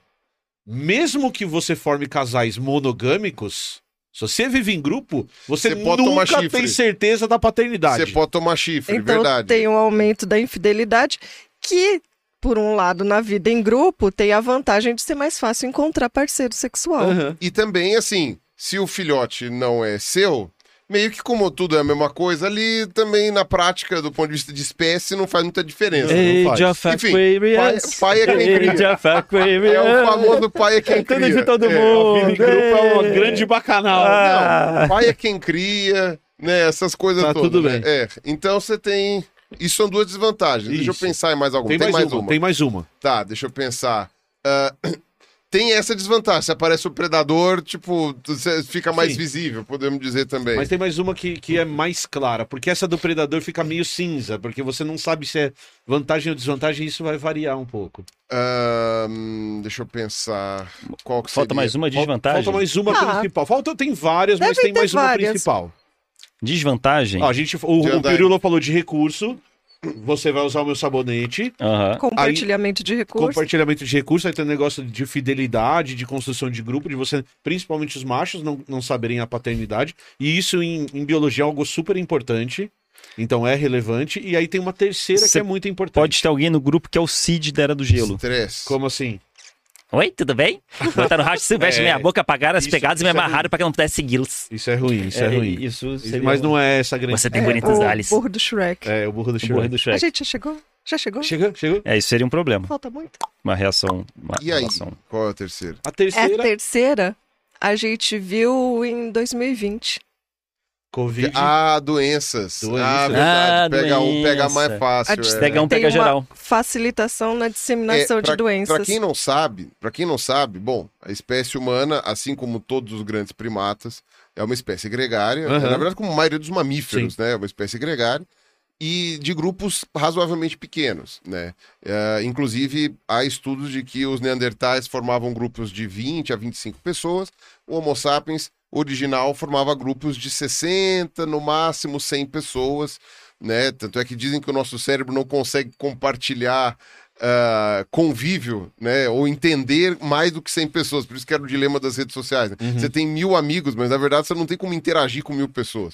A: Mesmo que você forme casais monogâmicos, se você vive em grupo, você,
B: Você pode tomar
A: nunca tem
B: chifre.
A: certeza da paternidade.
B: Você pode tomar chifre,
D: Então
B: verdade.
D: tem um aumento da infidelidade que, por um lado, na vida em grupo, tem a vantagem de ser mais fácil encontrar parceiro sexual.
A: Aham.
B: E também, assim, se o filhote não é seu, meio que como tudo é a mesma coisa, ali também na prática, do ponto de vista de espécie, não faz muita diferença. não faz.
C: Age of
B: Enfim, pai-
C: Aquarius.
B: pai é quem cria.
C: Age of Aquarius.
B: É o famoso pai é quem
C: Tudo
B: cria.
C: de todo
B: É,
C: mundo.
A: Vive em grupo é uma grande bacanal.
C: Ah.
B: Não, pai é quem cria, né? Essas coisas
A: Tá
B: todas.
A: tudo
B: né?
A: bem.
B: É, então você tem... Isso são duas desvantagens. Deixa eu
A: Isso.
B: pensar em mais alguma.
A: Tem, mais, uma, tem mais uma.
B: Tá, deixa eu pensar. Ah, tem essa desvantagem. Se aparece o predador, tipo, você fica mais
A: Sim.
B: visível, podemos dizer também.
A: Mas tem mais uma que, que é mais clara, porque essa do predador fica meio cinza, porque você não sabe se é vantagem ou desvantagem, e isso vai variar um pouco.
B: Ahn, Ah, hum, deixa eu pensar. Qual que
C: Falta
B: seria?
C: mais uma desvantagem.
A: Falta mais uma
D: Ah.
A: principal. Falta, tem várias, mas
D: Devem
A: tem
D: ter
A: mais uma
D: várias.
A: principal.
C: Desvantagem?
A: Ó, a gente, o,
B: De
A: o
B: andar.
A: Pirula falou de recurso. Você vai usar o meu sabonete.
C: Aham.
D: Compartilhamento de recursos.
A: Compartilhamento de recurso. Aí tem um negócio de fidelidade, de construção de grupo, de você, principalmente os machos, não, não saberem a paternidade. E isso em, em biologia é algo super importante. Então é relevante. E aí tem uma terceira que
C: Cê
A: é muito importante.
C: Pode ter alguém no grupo que é o Cid da Era do Gelo.
B: Estresse.
A: Como assim?
C: Oi, tudo bem? Botaram racha silvestre
A: É.
C: na minha boca, apagaram as
A: Isso-
C: pegadas e me
A: isso é
C: amarraram pra que eu não pudesse segui-los.
A: Isso é ruim, isso é, ruim.
C: Isso um-
A: Mas não é essa a grande.
C: Você tem
D: É,
C: bonitos
D: o
C: olhos.
D: burro do Shrek.
A: É, o burro do
C: O burro
A: Shrek.
C: do
D: A
C: Shrek.
D: gente já chegou? Já chegou?
A: Chegou, chegou.
C: É, isso seria um problema.
D: Falta muito.
C: Uma reação. Uma
B: E aí?
C: relação.
B: Qual é o terceiro?
A: A
D: É a
A: terceira,
D: terceira. A gente viu em 2020.
A: Covid.
B: Ah, doenças.
A: Doenças.
B: Ah, verdade.
C: Ah,
B: pega um, pega
C: doença.
B: mais fácil.
D: A dis-
B: é.
C: Pega um,
D: Tem
C: pega
D: uma
C: geral.
D: facilitação na disseminação
A: É,
B: pra,
D: de doenças.
B: Pra quem não sabe, para quem não sabe, bom, a espécie humana, assim como todos os grandes primatas, é uma espécie gregária.
A: Aham.
B: Na verdade, como a maioria dos mamíferos, né? É uma espécie gregária. E de grupos razoavelmente pequenos, né? É, inclusive, há estudos de que os neandertais formavam grupos de 20 a 25 pessoas, o Homo sapiens original formava grupos de 60, no máximo 100 pessoas, né? Tanto é que dizem que o nosso cérebro não consegue compartilhar ah, convívio, né? Ou entender mais do que 100 pessoas. Por isso que era o dilema das redes sociais. né?
A: Uhum.
B: Você tem mil amigos, mas na verdade você não tem como interagir com mil pessoas.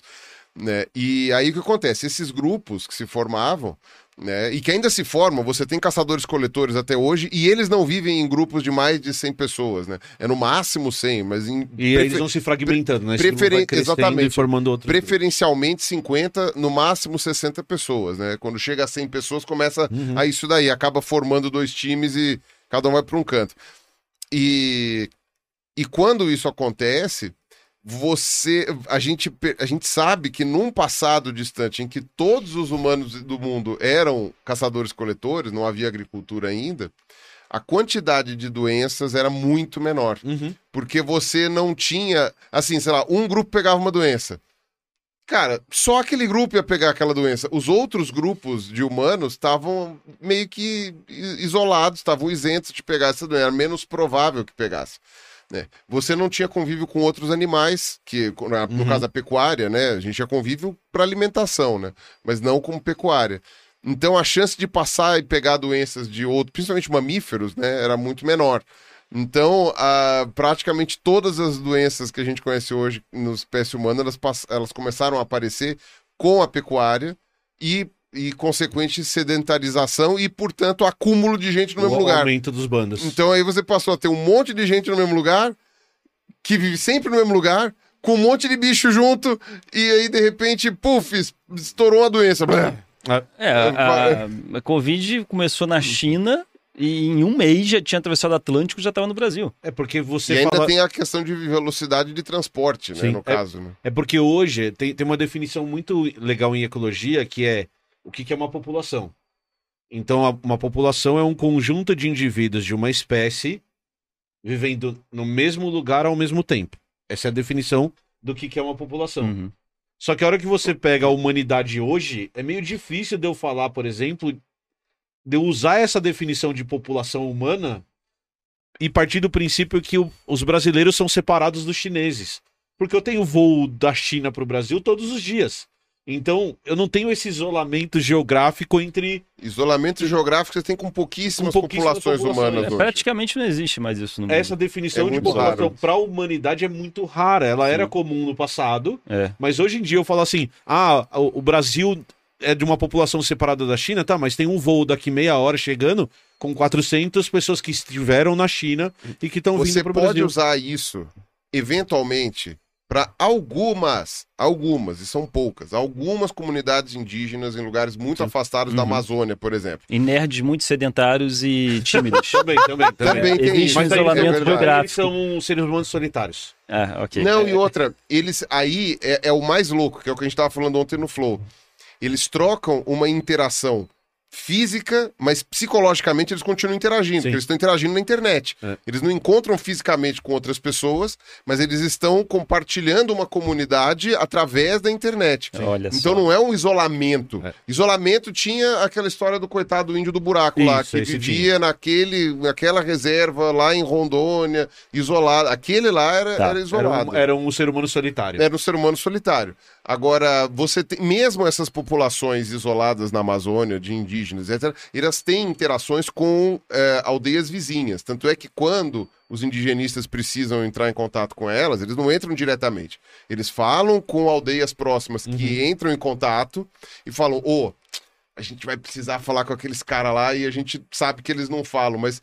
B: Né? E aí o que acontece? Esses grupos que se formavam, né? E que ainda se formam, você tem caçadores-coletores até hoje, e eles não vivem em grupos de mais de 100 pessoas, né? É no máximo 100, mas em
A: E aí
B: prefe-
A: eles vão se fragmentando, né? Esse
B: preferen-
A: grupo vai crescendo E
B: exatamente.
A: formando outro. grupo.
B: preferencialmente 50, no máximo 60 pessoas, né? Quando chega a 100 pessoas, começa a isso daí, acaba formando dois times e cada um vai para um canto. E, e quando isso acontece, você a gente, per- a gente sabe que num passado distante em que todos os humanos do mundo eram caçadores-coletores, não havia agricultura ainda, a quantidade de doenças era muito menor.
A: Uhum.
B: Porque você não tinha, assim, sei lá, um grupo pegava uma doença. Cara, só aquele grupo ia pegar aquela doença. Os outros grupos de humanos estavam meio que i- isolados, estavam isentos de pegar essa doença. Era menos provável que pegasse. Né? Você não tinha convívio com outros animais, que co- na-
A: Uhum.
B: no caso da pecuária, né? A gente tinha convívio para alimentação, né? Mas não como pecuária. Então a chance de passar e pegar doenças de outros, principalmente mamíferos, né, era muito menor. Então, a- praticamente todas as doenças que a gente conhece hoje na espécie humana, elas, pass- elas começaram a aparecer com a pecuária e, e consequente sedentarização e, portanto, acúmulo de gente no mesmo
A: o
B: lugar.
A: aumento dos bandos.
B: Então aí você passou a ter um monte de gente no mesmo lugar que vive sempre no mesmo lugar, com um monte de bicho junto, e aí de repente, puf, es- estourou uma doença. Blá.
C: É, a, a- a Covid começou na China e em um mês já tinha atravessado o Atlântico e já estava no Brasil.
A: É porque
B: E
A: você
B: ainda
A: fala...
B: tem a questão de velocidade de transporte, né?
A: Sim.
B: no
A: É-
B: caso, né?
A: É porque hoje tem, tem uma definição muito legal em ecologia que é o que, que é uma população. Então, a- uma população é um conjunto de indivíduos de uma espécie vivendo no mesmo lugar ao mesmo tempo. Essa é a definição do que, que é uma população.
C: Uhum.
A: Só que a hora que você pega a humanidade hoje, é meio difícil de eu falar, por exemplo, de eu usar essa definição de população humana e partir do princípio que o- os brasileiros são separados dos chineses. Porque eu tenho voo da China para o Brasil todos os dias. Então, eu não tenho esse isolamento geográfico entre.
B: Isolamento geográfico você tem com pouquíssimas,
A: Com pouquíssimas
B: populações
A: populações,
B: humanas
A: é,
C: É,
B: hoje.
C: praticamente não existe mais isso no mundo.
A: Essa definição
B: É
A: de
B: muito
A: população
B: raro.
A: para a humanidade é muito rara. Ela era
C: Sim.
A: comum no passado,
C: É.
A: Mas hoje em dia eu falo assim: ah, o o Brasil é de uma população separada da China, tá? Mas tem um voo daqui meia hora chegando com 400 pessoas que estiveram na China e que estão
B: Você
A: vindo para o
B: pode
A: Brasil.
B: usar isso, eventualmente, para algumas, algumas, e são poucas, algumas comunidades indígenas em lugares muito afastados
A: Uhum.
B: da Amazônia, por exemplo.
C: E nerds muito sedentários e tímidos.
A: Também, também, também.
B: Também tem
C: Existe
B: isso.
C: um
B: é
C: isolamento
B: verdade. Então,
C: geográfico.
A: Eles são seres humanos solitários.
C: ah, ok.
B: Não, e outra, eles aí é, é o mais louco, que é o que a gente tava falando ontem no Flow. Eles trocam uma interação física, mas psicologicamente eles continuam interagindo, porque eles estão interagindo na internet.
A: É.
B: Eles não encontram fisicamente com outras pessoas, mas eles estão compartilhando uma comunidade através da internet.
C: Olha
B: então
C: só.
B: não é um isolamento. Isolamento tinha aquela história do coitado índio do buraco lá,
A: Isso,
B: que
A: esse
B: vivia naquele, naquela reserva lá em Rondônia, isolado. Aquele lá era,
C: Tá,
B: era
A: Era
B: isolado
A: um, era um ser humano solitário.
B: era um ser humano solitário. Agora, você tem, mesmo essas populações isoladas na Amazônia, de indígenas, etc., elas têm interações com eh, aldeias vizinhas. Tanto é que quando os indigenistas precisam entrar em contato com elas, eles não entram diretamente. Eles falam com aldeias próximas
A: Uhum.
B: que entram em contato e falam: ô, a gente vai precisar falar com aqueles caras lá e a gente sabe que eles não falam, mas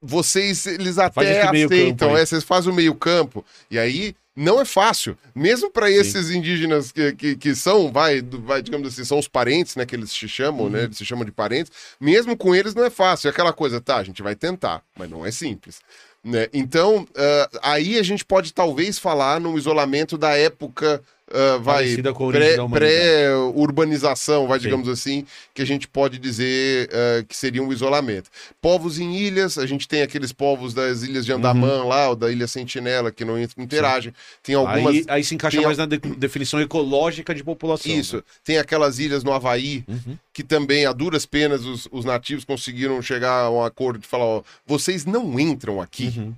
B: vocês, eles até
A: esse meio campo
B: aceitam,
A: aí.
B: é, vocês fazem o meio campo. E aí, não é fácil. Mesmo para esses indígenas que, que, que são, vai, do- vai, digamos assim, são os parentes, né, que eles se chamam,
A: Uhum.
B: né, eles se chamam de parentes, mesmo com eles não é fácil. É aquela coisa, tá, a gente vai tentar, mas não é simples. Né? Então, ah, aí a gente pode talvez falar num isolamento da época... ah, vai
A: Parecida com a origem
B: pré-
A: da humanidade.
B: pré, é, urbanização, vai, digamos assim, que a gente pode dizer eh, que seria um isolamento. Povos em ilhas, a gente tem aqueles povos das ilhas de Andaman
C: Uhum.
B: lá, ou da Ilha Sentinela, que não in- interagem. Tem algumas.
C: né?
A: aí, aí se encaixa
B: tem
A: mais na de- definição ecológica de população. né?
B: Isso, tem aquelas ilhas no Havaí,
C: Uhum.
B: que também, a duras penas, os, os nativos conseguiram chegar a um acordo de falar: ó, vocês não entram aqui.
A: Uhum.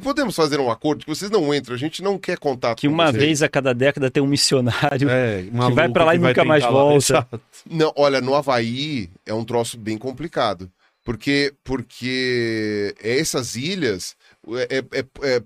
B: Podemos fazer um acordo que vocês não entram, a gente não quer contato
C: Uhum. Que
B: com
C: uma
B: vocês.
C: vez a cada década tem um missionário.
A: né? É, maluco
C: vai pra lá e
A: vai
C: nunca mais
A: tentar lá.
C: volta.
A: Exato.
B: Não, olha, no Havaí é um troço bem complicado. Porque, porque essas ilhas, é, é- é- é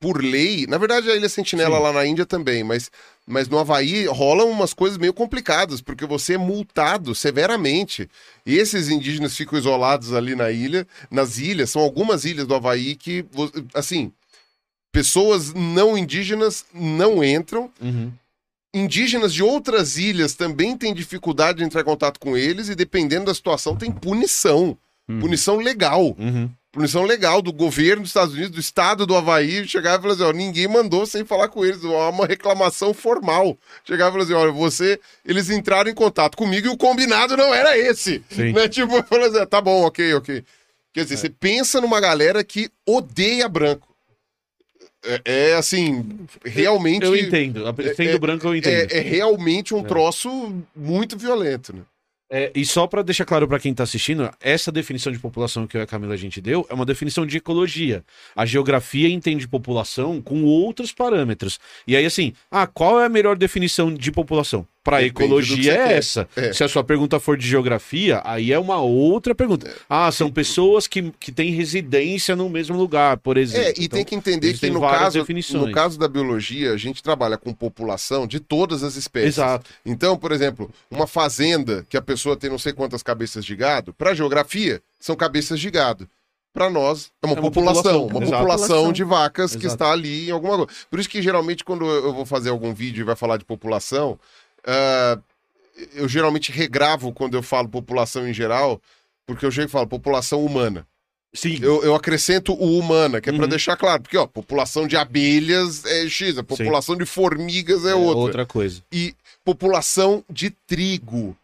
B: por lei, na verdade a Ilha Sentinela lá na Índia também, mas, mas no Havaí rolam umas coisas meio complicadas, porque você é multado severamente. E esses indígenas ficam isolados ali na ilha, nas ilhas, são algumas ilhas do Havaí que, vo- assim, pessoas não indígenas não entram,
A: Uhum.
B: indígenas de outras ilhas também têm dificuldade de entrar em contato com eles e dependendo da situação tem punição. Punição legal.
A: Uhum.
B: Punição legal do governo dos Estados Unidos, do estado do Havaí, chegar e falar assim, ó, ninguém mandou sem falar com eles, ó, uma reclamação formal. Chegar e falar assim, olha, você, eles entraram em contato comigo e o combinado não era esse.
A: Sim. É.
B: Né? Tipo, falando assim, tá bom, ok, ok. Quer dizer, você pensa numa galera que odeia branco. É, é, assim, realmente...
A: Eu entendo. A- Sendo
B: é-
A: branco, eu entendo.
B: É, é realmente um troço muito violento, né?
A: É, e só pra deixar claro pra quem tá assistindo, essa definição de população que eu e a Camila a gente deu é uma definição de ecologia. A geografia entende população com outros parâmetros. E aí assim, ah, qual é a melhor definição de população? Pra
B: Depende do que você
A: ecologia é
B: quer.
A: essa.
B: É.
A: Se a sua pergunta for de geografia, aí é uma outra
B: É.
A: pergunta. Ah, são pessoas que, que têm residência no mesmo lugar, por exemplo.
B: É, e tem que entender que
A: existem
B: no
A: então, várias
B: caso,
A: definições.
B: no caso da biologia, a gente trabalha com população de todas as espécies.
A: Exato.
B: Então, por exemplo, uma fazenda que a pessoa tem não sei quantas cabeças de gado, para geografia, são cabeças de gado. para nós é uma,
A: É uma
B: população,
A: população,
B: uma
A: exato.
B: população de vacas que
A: Exato.
B: está ali em alguma coisa. Por isso que geralmente quando eu vou fazer algum vídeo e vai falar de população, ah, eu geralmente regravo quando eu falo população em geral, porque eu chego e falo população humana.
A: Sim.
B: Eu, eu acrescento o humana, que é para
A: Uhum.
B: deixar claro, porque ó, população de abelhas é X, a população de formigas é, outra.
A: coisa.
B: E população de trigo.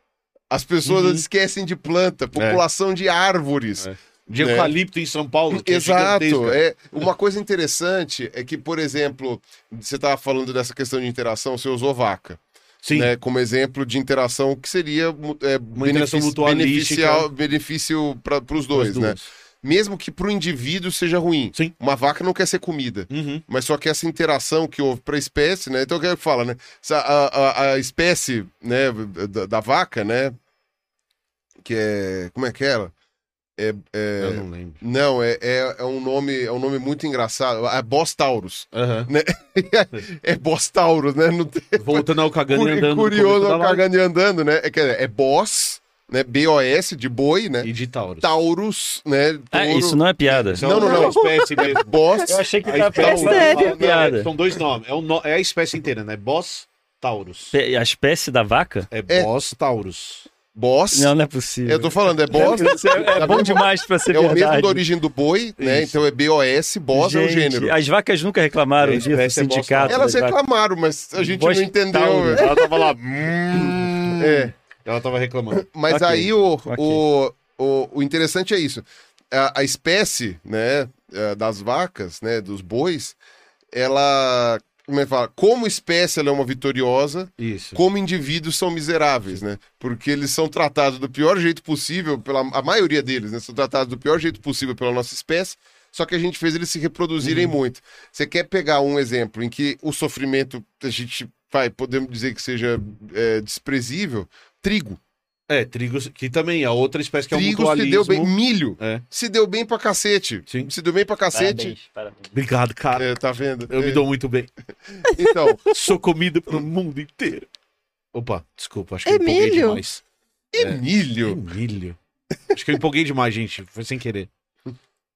B: As pessoas
A: Uhum.
B: esquecem de planta, população de árvores.
A: É. De
B: Né?
A: eucalipto em São Paulo. que é
B: Exato.
A: gigantesca.
B: É, uma coisa interessante é que, por exemplo, você estava falando dessa questão de interação, você usou vaca.
A: Sim.
B: né, como exemplo de interação que seria mu- é,
A: interação mutualística.
B: beneficial- benefício para os
A: as
B: dois, né?
A: duas.
B: Mesmo que para o indivíduo seja ruim.
A: Sim.
B: Uma vaca não quer ser comida.
A: Uhum.
B: Mas só que essa interação que houve para a espécie, né? Então o que eu falo, né? Essa- A, a- a espécie né, da, da vaca, né? Que é. Como é que é ela? É, é-
A: Eu não lembro.
B: não, é, é, é um nome, é um nome muito engraçado. É Bostaurus. Né? é Bostaurus, né? Não tem-
A: Voltando ao cagando e
B: Curi-
A: andando. no
B: curioso
A: começo da
B: ao
A: live.
B: cagando e andando, né? É, quer dizer, é Boss, né? B-O-S, de boi, né?
A: E de Taurus.
B: Taurus, né?
C: Ah,
B: Touro.
C: isso não é piada.
A: Isso é
B: Não, não,
A: uma
B: não.
A: espécie mesmo.
B: Boss.
C: Eu achei que
A: A
C: tava
A: espécie-
C: falando
D: É sério?
C: uma piada.
B: Então,
A: São dois nomes. É, um no- é a espécie inteira, né? Boss Taurus.
C: Pe- A espécie da vaca?
A: É,
B: É.
A: Boss Taurus.
B: Boss.
C: Não, não é possível.
B: Eu tô falando, é Boss.
C: Isso é, é
B: Tá
C: bom
B: bom?
C: demais pra ser
B: É o
C: verdade.
B: mesmo da origem do boi, né? Então é BOS, Boss é o
C: Gente,
B: gênero.
C: As vacas nunca reclamaram
A: É,
C: disso, do
A: espécie é bosta.
C: sindicato.
B: Elas
C: das vacas.
B: reclamaram, mas a gente
C: Boss
B: não entendeu.
C: Taurus.
B: né?
A: Ela tava lá.
B: É.
A: Ela tava reclamando.
B: Mas
C: Hum. Ok,
B: aí o,
C: ok.
B: o, o, o interessante é isso. A, a espécie né, eh, das vacas, né, dos bois, ela. Como é que fala? Como espécie ela é uma vitoriosa,
A: Isso.
B: como indivíduos são miseráveis, né? Porque eles são tratados do pior jeito possível, pela, a maioria deles, né? São tratados do pior jeito possível pela nossa espécie, só que a gente fez eles se reproduzirem
A: Uhum.
B: muito. Você quer pegar um exemplo em que o sofrimento, a gente vai, podemos dizer que seja eh, desprezível? Trigo
A: É, trigo, que também é outra espécie que é um
B: trigo se
A: mutualismo.
B: deu bem. Milho
A: É.
B: se deu bem pra cacete.
A: Sim.
B: Se deu bem pra cacete.
C: Parabéns, parabéns.
A: Obrigado, cara.
B: É, tá vendo?
A: Eu me
B: É,
A: dou muito bem.
B: Então,
A: Sou comida pro mundo inteiro. Opa, desculpa, acho que eu
D: Emílio.
A: empolguei demais.
B: e
A: É.
B: milho?
A: Emílio. Acho que eu empolguei demais, gente. Foi sem querer.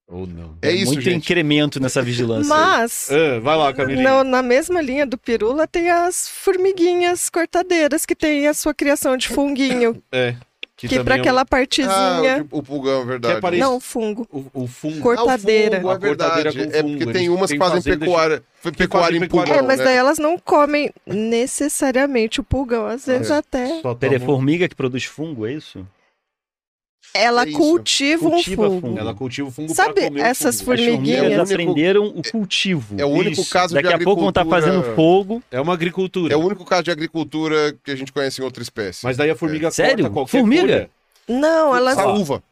A: Ou não.
B: É isso,
C: Muito
B: gente.
C: incremento nessa vigilância.
D: Mas.
B: É.
A: Ah, vai lá, Camilinha.
D: Não, na mesma linha do pirula tem as formiguinhas cortadeiras que tem a sua criação de funguinho,
A: É.
D: que,
A: também
D: pra
A: é um-
D: aquela
B: Ah, o
D: partezinha,
B: de- o, pulgão, é verdade.
A: Que é parecido.
D: não fungo,
A: o, o fungo.
B: Ah, o
D: cortadeira.
B: fungo, é
A: A cortadeira
B: verdade.
A: com
B: É
A: fungo,
B: porque tem
A: eles
B: umas que
A: têm
B: fazem
A: fazendas de-
B: pecuária, fe- pecuária em
A: fazem pecuária.
B: pulgão,
D: é, mas
B: né?
D: daí elas não comem necessariamente o pulgão, às vezes
A: É.
D: até
A: Só tá
C: Pera, é
B: um
A: bom.
C: formiga que produz fungo, é isso?
D: ela
B: É isso.
D: cultiva,
C: Cultiva
D: um fungo.
C: fungo.
A: Ela cultiva o fungo pra
D: Sabe
A: comer o
D: essas
A: fungo.
C: As formigas
D: formiguinhas?
B: É único-
C: aprenderam o cultivo.
B: É o único
A: Isso.
B: caso
C: Daqui
B: de
C: a pouco vão estar
B: agricultura-
C: fazendo fogo.
A: É uma agricultura.
B: É o único caso de agricultura que a gente conhece em outra espécie.
A: Mas daí a formiga
C: Sério?
A: corta qualquer
C: Formiga?
A: folha.
D: Não, elas
B: Saúva.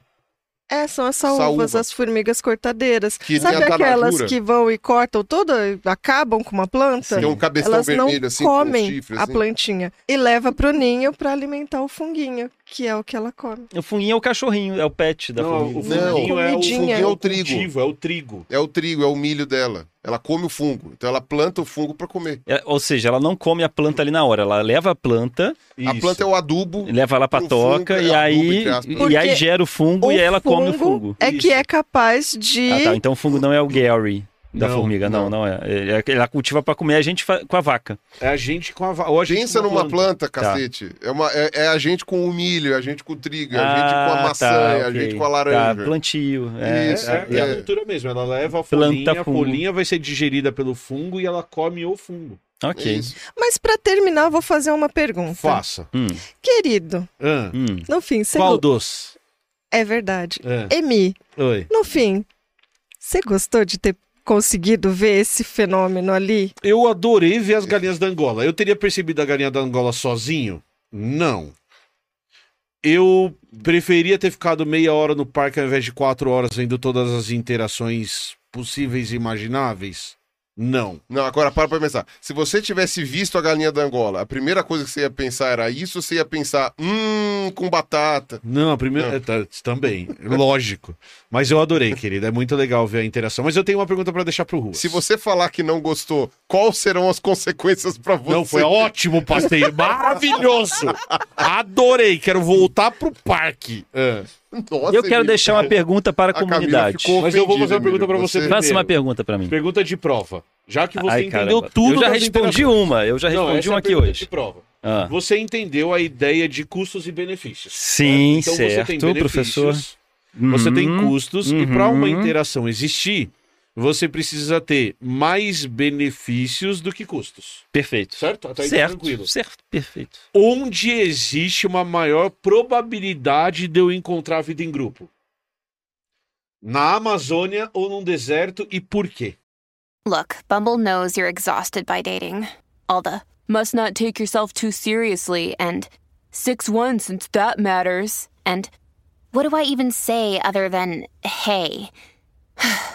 D: é, são as saúvas,
B: Saúva.
D: as formigas cortadeiras.
B: Que
D: Sabe
B: tem a
D: aquelas
B: tanajura.
D: que vão e cortam toda, acabam com uma planta?
B: Tem um cabeção
D: Elas não
B: vermelho, assim,
D: comem
B: com um chifre,
D: a
B: assim.
D: plantinha e leva pro ninho pra alimentar o funguinho, que é o que ela come.
C: O funguinho é o cachorrinho, é o pet da
A: Não, o
C: formiga.
B: Não,
A: funguinho é o,
D: comidinha.
A: funguinho é o
B: Trigo.
A: trigo. É o trigo.
B: É o trigo, é o milho dela. Ela come o fungo. Então ela planta o fungo pra comer.
C: É, ou seja, ela não come a planta ali na hora. Ela leva a planta,
B: A planta é o adubo.
C: leva ela pra
B: Pro
C: toca
B: fungo,
C: e
B: é adubo,
C: aí,
B: entre aspas.
C: e aí
D: Porque
C: gera o fungo
D: O
C: e aí ela come o fungo.
D: É
A: Isso.
D: que é capaz de.
C: Ah, tá. Então o fungo não é o Gary da
A: Não,
C: formiga, não, não, é. É- é- Ela cultiva pra comer a gente fa- com a vaca.
A: É a gente com a va- ou a gente
B: Pensa
A: com a
B: numa
A: planta.
B: planta, cacete. É, uma, é, é a gente com o milho, é a gente com o trigo, é a gente com a
C: Ah,
B: maçã,
C: tá,
B: é a
C: ok.
B: gente com a
C: Tá,
B: laranja.
C: plantio. É,
B: Isso,
C: é,
A: É, é
C: é.
A: a cultura mesmo. Ela leva a
C: Planta
A: folhinha, a
C: fungo.
A: folhinha vai ser digerida pelo fungo e ela come o fungo. é
C: Ok.
B: É Isso.
D: Mas pra terminar, eu vou fazer uma pergunta.
A: Faça.
C: Hum,
D: Querido,
A: Ah,
C: hum.
D: no fim, você.
A: Qual
D: Go...
A: dos?
D: É verdade.
A: Ah,
D: Emi,
A: Oi.
D: no fim, você gostou de ter conseguido ver esse fenômeno ali?
A: Eu adorei ver as galinhas da Angola. Eu teria percebido a galinha da Angola sozinho? Não. Eu preferia ter ficado meia hora no parque ao invés de quatro horas vendo todas as interações possíveis e imagináveis? Não.
B: Não, agora para pra pensar. Se você tivesse visto a galinha da Angola, a primeira coisa que você ia pensar era isso, você ia pensar, hum, com batata.
A: Não, a primeira.
B: Não.
A: é, tá, Também, lógico. Mas eu adorei, querida. É muito legal ver a interação. Mas eu tenho uma pergunta pra deixar pro Ruas.
B: Se você falar que não gostou, quais serão as consequências pra você?
A: Não, foi ótimo o passeio. Maravilhoso! Adorei, quero voltar pro parque. Ah,
B: Nossa,
C: eu quero
B: Emílio,
C: deixar uma
B: cara.
C: pergunta para a,
B: Camila
C: comunidade.
B: ficou
A: Mas eu vou fazer uma
B: ofendida,
A: pergunta pra
B: Emílio.
A: você.
C: Faça uma
A: primeiro.
C: pergunta para mim.
A: Pergunta de prova. Já que você
C: Ai,
A: entendeu
C: caramba.
A: tudo
C: Eu já
A: das
C: respondi
A: interações-
C: uma, eu já
A: Não,
C: respondi
A: essa é
C: uma
A: a
C: aqui
A: pergunta
C: hoje.
A: De prova.
C: Ah.
A: Você entendeu a ideia de custos e benefícios.
C: Sim,
A: Então você tem
C: certo,
A: benefícios,
C: professor.
A: Você tem
C: Uhum.
A: custos e
C: uhum.
A: para uma interação existir, você precisa ter mais benefícios do que custos.
C: Perfeito.
A: Certo? Até aí tá
C: certo,
A: tranquilo.
C: certo, perfeito.
A: Onde existe uma maior probabilidade de eu encontrar a vida em grupo? Na Amazônia ou num deserto e por quê?
E: Look, Bumble knows you're exhausted by dating. All the must not take yourself too seriously and 6 1 since that matters. And what do I even say other than hey?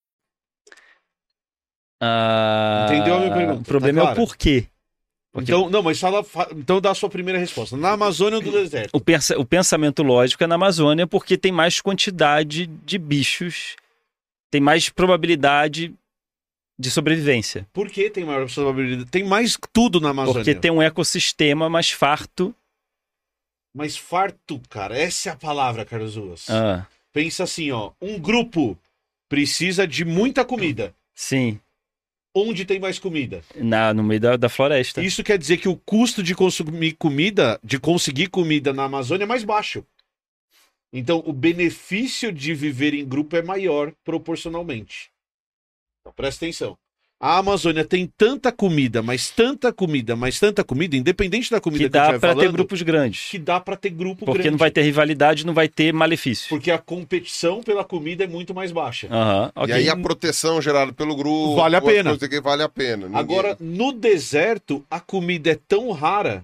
C: Ah,
A: Entendeu a minha pergunta?
C: O
A: Tá
C: problema é o
A: claro?
C: porquê. Porque
A: Então, não, mas fala, fa- então dá a sua primeira resposta. Na Amazônia ou do deserto?
C: o, pensa- o pensamento lógico é na Amazônia porque tem mais quantidade de bichos, tem mais probabilidade de sobrevivência.
A: Por que tem maior probabilidade? Tem mais tudo na Amazônia.
C: Porque tem um ecossistema mais farto.
A: Mas farto, cara, essa é a palavra, Carlos Ruas.
C: Ah,
A: Pensa assim, ó, um grupo precisa de muita comida.
C: sim,
A: Onde tem mais comida?
C: na, no meio da, da floresta.
A: Isso quer dizer que o custo de consumir comida, de conseguir comida na Amazônia é mais baixo. Então, o benefício de viver em grupo é maior proporcionalmente. Então, presta atenção. A Amazônia tem tanta comida, mas tanta comida, mas tanta comida, independente da comida
C: que
A: que, eu
C: dá
A: estiver
C: para ter
A: falando,
C: grupos grandes.
A: que dá para ter grupo
C: Porque
A: grande.
C: não vai ter rivalidade, não vai ter malefício.
A: Porque a competição pela comida é muito mais baixa.
C: Aham,
B: E
C: ok.
B: aí a proteção gerada pelo grupo.
A: Vale a
B: as
A: pena.
B: coisas que vale a pena.
C: Ah,
B: Ninguém-
A: Agora, no deserto, a comida é tão rara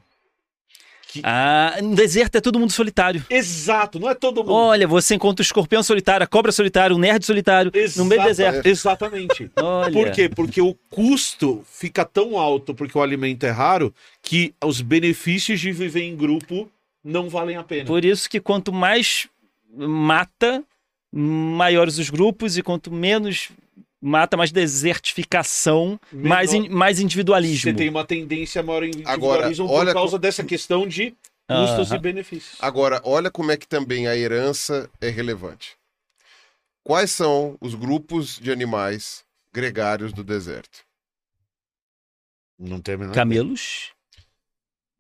A: que.
C: Ah, no deserto é todo mundo solitário.
A: Exato, não é todo mundo.
C: Olha, você encontra o escorpião solitário, a cobra solitária, o nerd solitário, no meio do
A: Exata-
C: deserto.
A: Exatamente.
C: Olha.
A: Por quê? Porque o custo fica tão alto porque o alimento é raro que os benefícios de viver em grupo não valem a pena.
C: Por isso que quanto mais mata, maiores os grupos, e quanto menos mata, mais desertificação,
A: Menor-
C: mais, in- mais individualismo.
A: Você tem uma tendência maior em
B: Agora,
A: individualismo
B: olha
A: por causa dessa questão de
C: Ah,
A: custos e benefícios.
B: Agora, olha como é que também a herança é relevante. Quais são os grupos de animais gregários do deserto?
A: Não tem a menor
C: Camelos,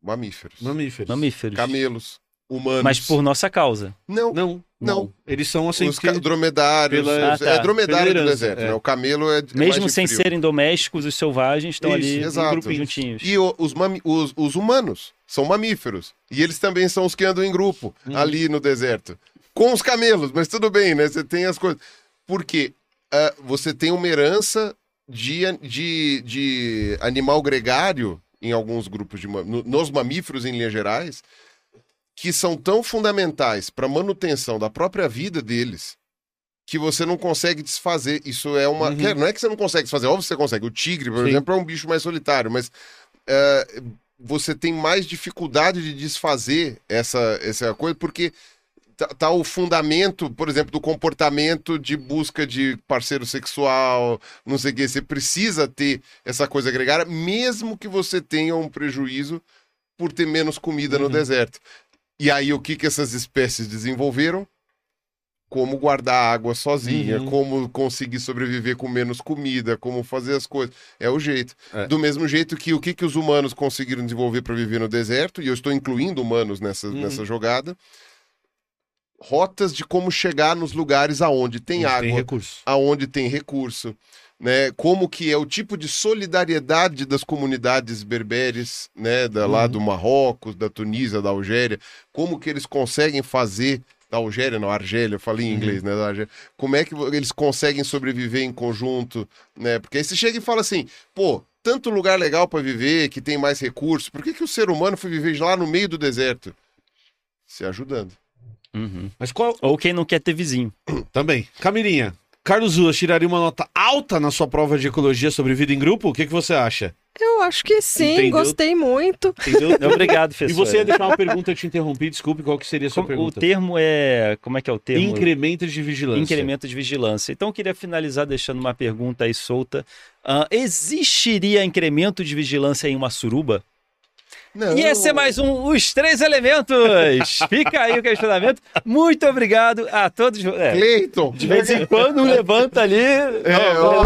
B: Mamíferos.
A: Mamíferos.
C: mamíferos.
B: Camelos. Humanos.
C: Mas por nossa causa.
B: Não,
A: Não,
B: não.
A: Eles são assim.
B: os
A: que-
B: ca- dromedários.
A: pela-
C: Ah, tá.
B: É dromedário
A: Pela
B: do
A: herança,
B: deserto,
A: é.
B: né? O camelo é. é
C: Mesmo
B: mais de
C: sem
B: frio.
C: serem domésticos, os selvagens estão
A: Isso,
C: ali
B: exato.
C: em grupinhos juntinhos.
B: E o- os, mami- os- os humanos são mamíferos. E eles também são os que andam em grupo,
C: Uhum.
B: ali no deserto. Com os camelos, mas tudo bem, né? Você tem as coisas. Porque ah, você tem uma herança de, an- de, de animal gregário em alguns grupos de mam- no- nos mamíferos em linhas gerais que são tão fundamentais para a manutenção da própria vida deles que você não consegue desfazer. Isso é uma. que- Não é que você não consegue desfazer, óbvio que você consegue. O tigre, por
A: Sim.
B: exemplo, é um bicho mais solitário, mas é, você tem mais dificuldade de desfazer essa, essa coisa, porque tá, tá o fundamento, por exemplo, do comportamento de busca de parceiro sexual, não sei o que. Você precisa ter essa coisa gregária, mesmo que você tenha um prejuízo por ter menos comida no deserto. E aí, o que, que essas espécies desenvolveram? Como guardar água sozinha, como conseguir sobreviver com menos comida, como fazer as coisas. É o jeito. Do mesmo jeito que o que, que os humanos conseguiram desenvolver para viver no deserto, e eu estou incluindo humanos nessa, nessa jogada, rotas de como chegar nos lugares aonde tem
A: Eles têm
B: água,
A: recurso.
B: aonde tem recurso, né? Como que é o tipo de solidariedade das comunidades berberes,
C: Uhum.
B: né, da, lá do Marrocos, da Tunísia, da Algéria, como que eles conseguem fazer da Algéria, não, Argélia, eu falei em
C: Uhum.
B: inglês, né, da Argélia. Como é que vo- eles conseguem sobreviver em conjunto, né? Porque aí você chega e fala assim, pô, tanto lugar legal pra viver, que tem mais recursos, por que, que o ser humano foi viver lá no meio do deserto? Se ajudando.
C: Uhum.
A: Mas qual.
C: Ou quem não quer ter vizinho.
A: Também. Camilinha, Carlos Ruas tiraria uma nota alta na sua prova de ecologia sobre vida em grupo? O que, que você acha?
D: Eu acho que sim,
A: Entendeu?
D: gostei muito.
A: Entendeu?
C: Obrigado,
A: e
C: professor.
A: você ia deixar uma pergunta, eu te interrompi, desculpe, qual que seria a sua
C: Como- O
A: pergunta?
C: termo é. Como é que é o termo?
A: Incremento de vigilância.
C: Incremento de vigilância. Então, eu queria finalizar deixando uma pergunta aí solta. Ah, existiria incremento de vigilância em uma suruba?
B: Não.
C: E esse é mais um Os Três Elementos. Fica aí o questionamento. Muito obrigado a todos. É,
B: Cleiton!
C: de vez em quando um levanta ali.
B: É,
C: Não,
B: ó.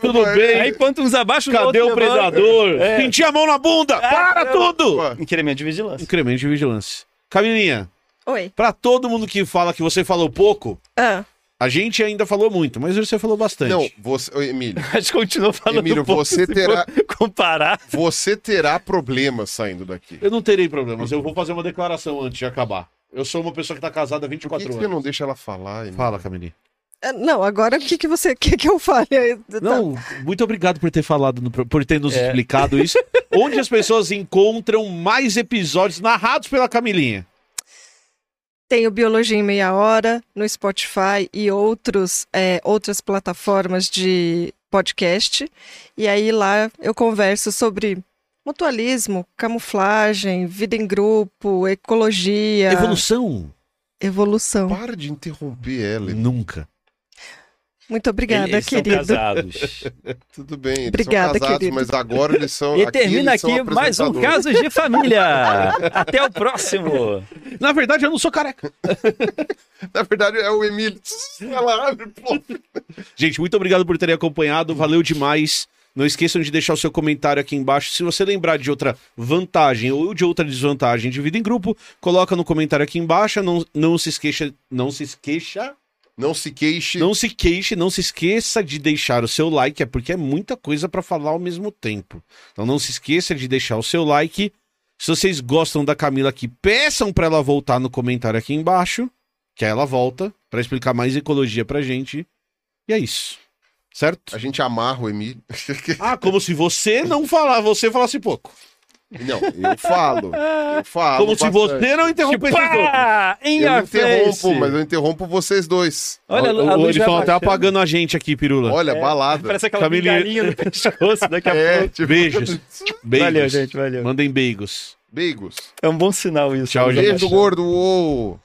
A: Tudo bem?
C: Ah, Aí quanto uns abaixo do
A: Cadê
C: outro
A: o
C: levanta.
A: predador?
C: É.
A: Pintia a mão na bunda! Para tudo!
B: Opa.
C: Incremento de vigilância.
A: Incremento de vigilância. Camilinha,
D: Oi.
A: pra todo mundo que fala que você falou pouco,
D: Ah,
A: a gente ainda falou muito, mas você falou bastante.
B: Não, você, ô, Emílio,
C: Mas continua falando um
B: Emílio,
C: pouco,
B: você
C: se
B: terá-
C: for comparar.
B: você terá problemas saindo daqui.
A: Eu não terei problemas, eu vou fazer uma declaração antes de acabar. Eu sou uma pessoa que tá casada há
B: Por que,
A: 24
B: que você
A: anos.
B: não deixa ela falar, Emílio?
A: Fala, Camilinha.
D: ah, não, agora o que, que você quer que eu fale? Tá.
A: Não, muito obrigado por ter falado, no pro- por ter nos explicado isso. Onde as pessoas encontram mais episódios narrados pela Camilinha.
D: Tem o Biologia em Meia Hora no Spotify e outros, é, outras plataformas de podcast. E aí lá eu converso sobre mutualismo, camuflagem, vida em grupo, ecologia,
A: Evolução?
D: evolução.
B: Para de interromper ela, Emílio.
A: Nunca.
D: Muito obrigada,
A: é
C: Eles são
D: querido.
C: casados.
B: Tudo bem, eles
D: Obrigada,
B: são casados,
D: querido.
B: mas agora eles são.
C: E
B: aqui
C: termina
B: eles são
C: aqui mais um
B: apresentadores.
C: caso de família. Até o próximo.
A: Na verdade, eu não sou careca.
B: Na verdade, é o Emílio. Ela abre o plot.
A: Gente, muito obrigado por terem acompanhado, valeu demais. Não esqueçam de deixar o seu comentário aqui embaixo. Se você lembrar de outra vantagem ou de outra desvantagem de vida em grupo, coloca no comentário aqui embaixo. Não, não se esqueça, não se esqueça,
B: Não se queixe.
A: não se queixe, não se esqueça de deixar o seu like, é porque é muita coisa para falar ao mesmo tempo. Então não se esqueça de deixar o seu like. Se vocês gostam da Camila aqui, peçam para ela voltar no comentário aqui embaixo, que aí ela volta para explicar mais ecologia pra gente. E é isso. Certo?
B: A gente amarra o Emílio.
A: Ah, como se você não falar, você falasse pouco.
B: Não, eu falo. Eu falo.
A: como se
B: bastante.
A: você não interrompesse
C: Tipo,
A: os outros.
C: Pá! Em
B: Eu
C: a
B: interrompo, mas eu interrompo vocês dois.
C: Olha, a
A: Olha,
C: luz
A: eles
C: vai
A: estão até
C: baixando.
A: apagando a gente aqui, Pirula.
B: Olha, balada.
C: Parece aquela tá
A: Camilinha.
C: galinha no pescoço daqui a
B: É,
C: pouco.
B: tipo,
A: Beijos. Beijos.
C: Valeu, gente, valeu.
A: Mandem beijos.
B: Beigos.
C: É um bom sinal isso.
A: Tchau,
C: Mas
A: gente.
C: abaixando.
B: Beijo gordo. Uou.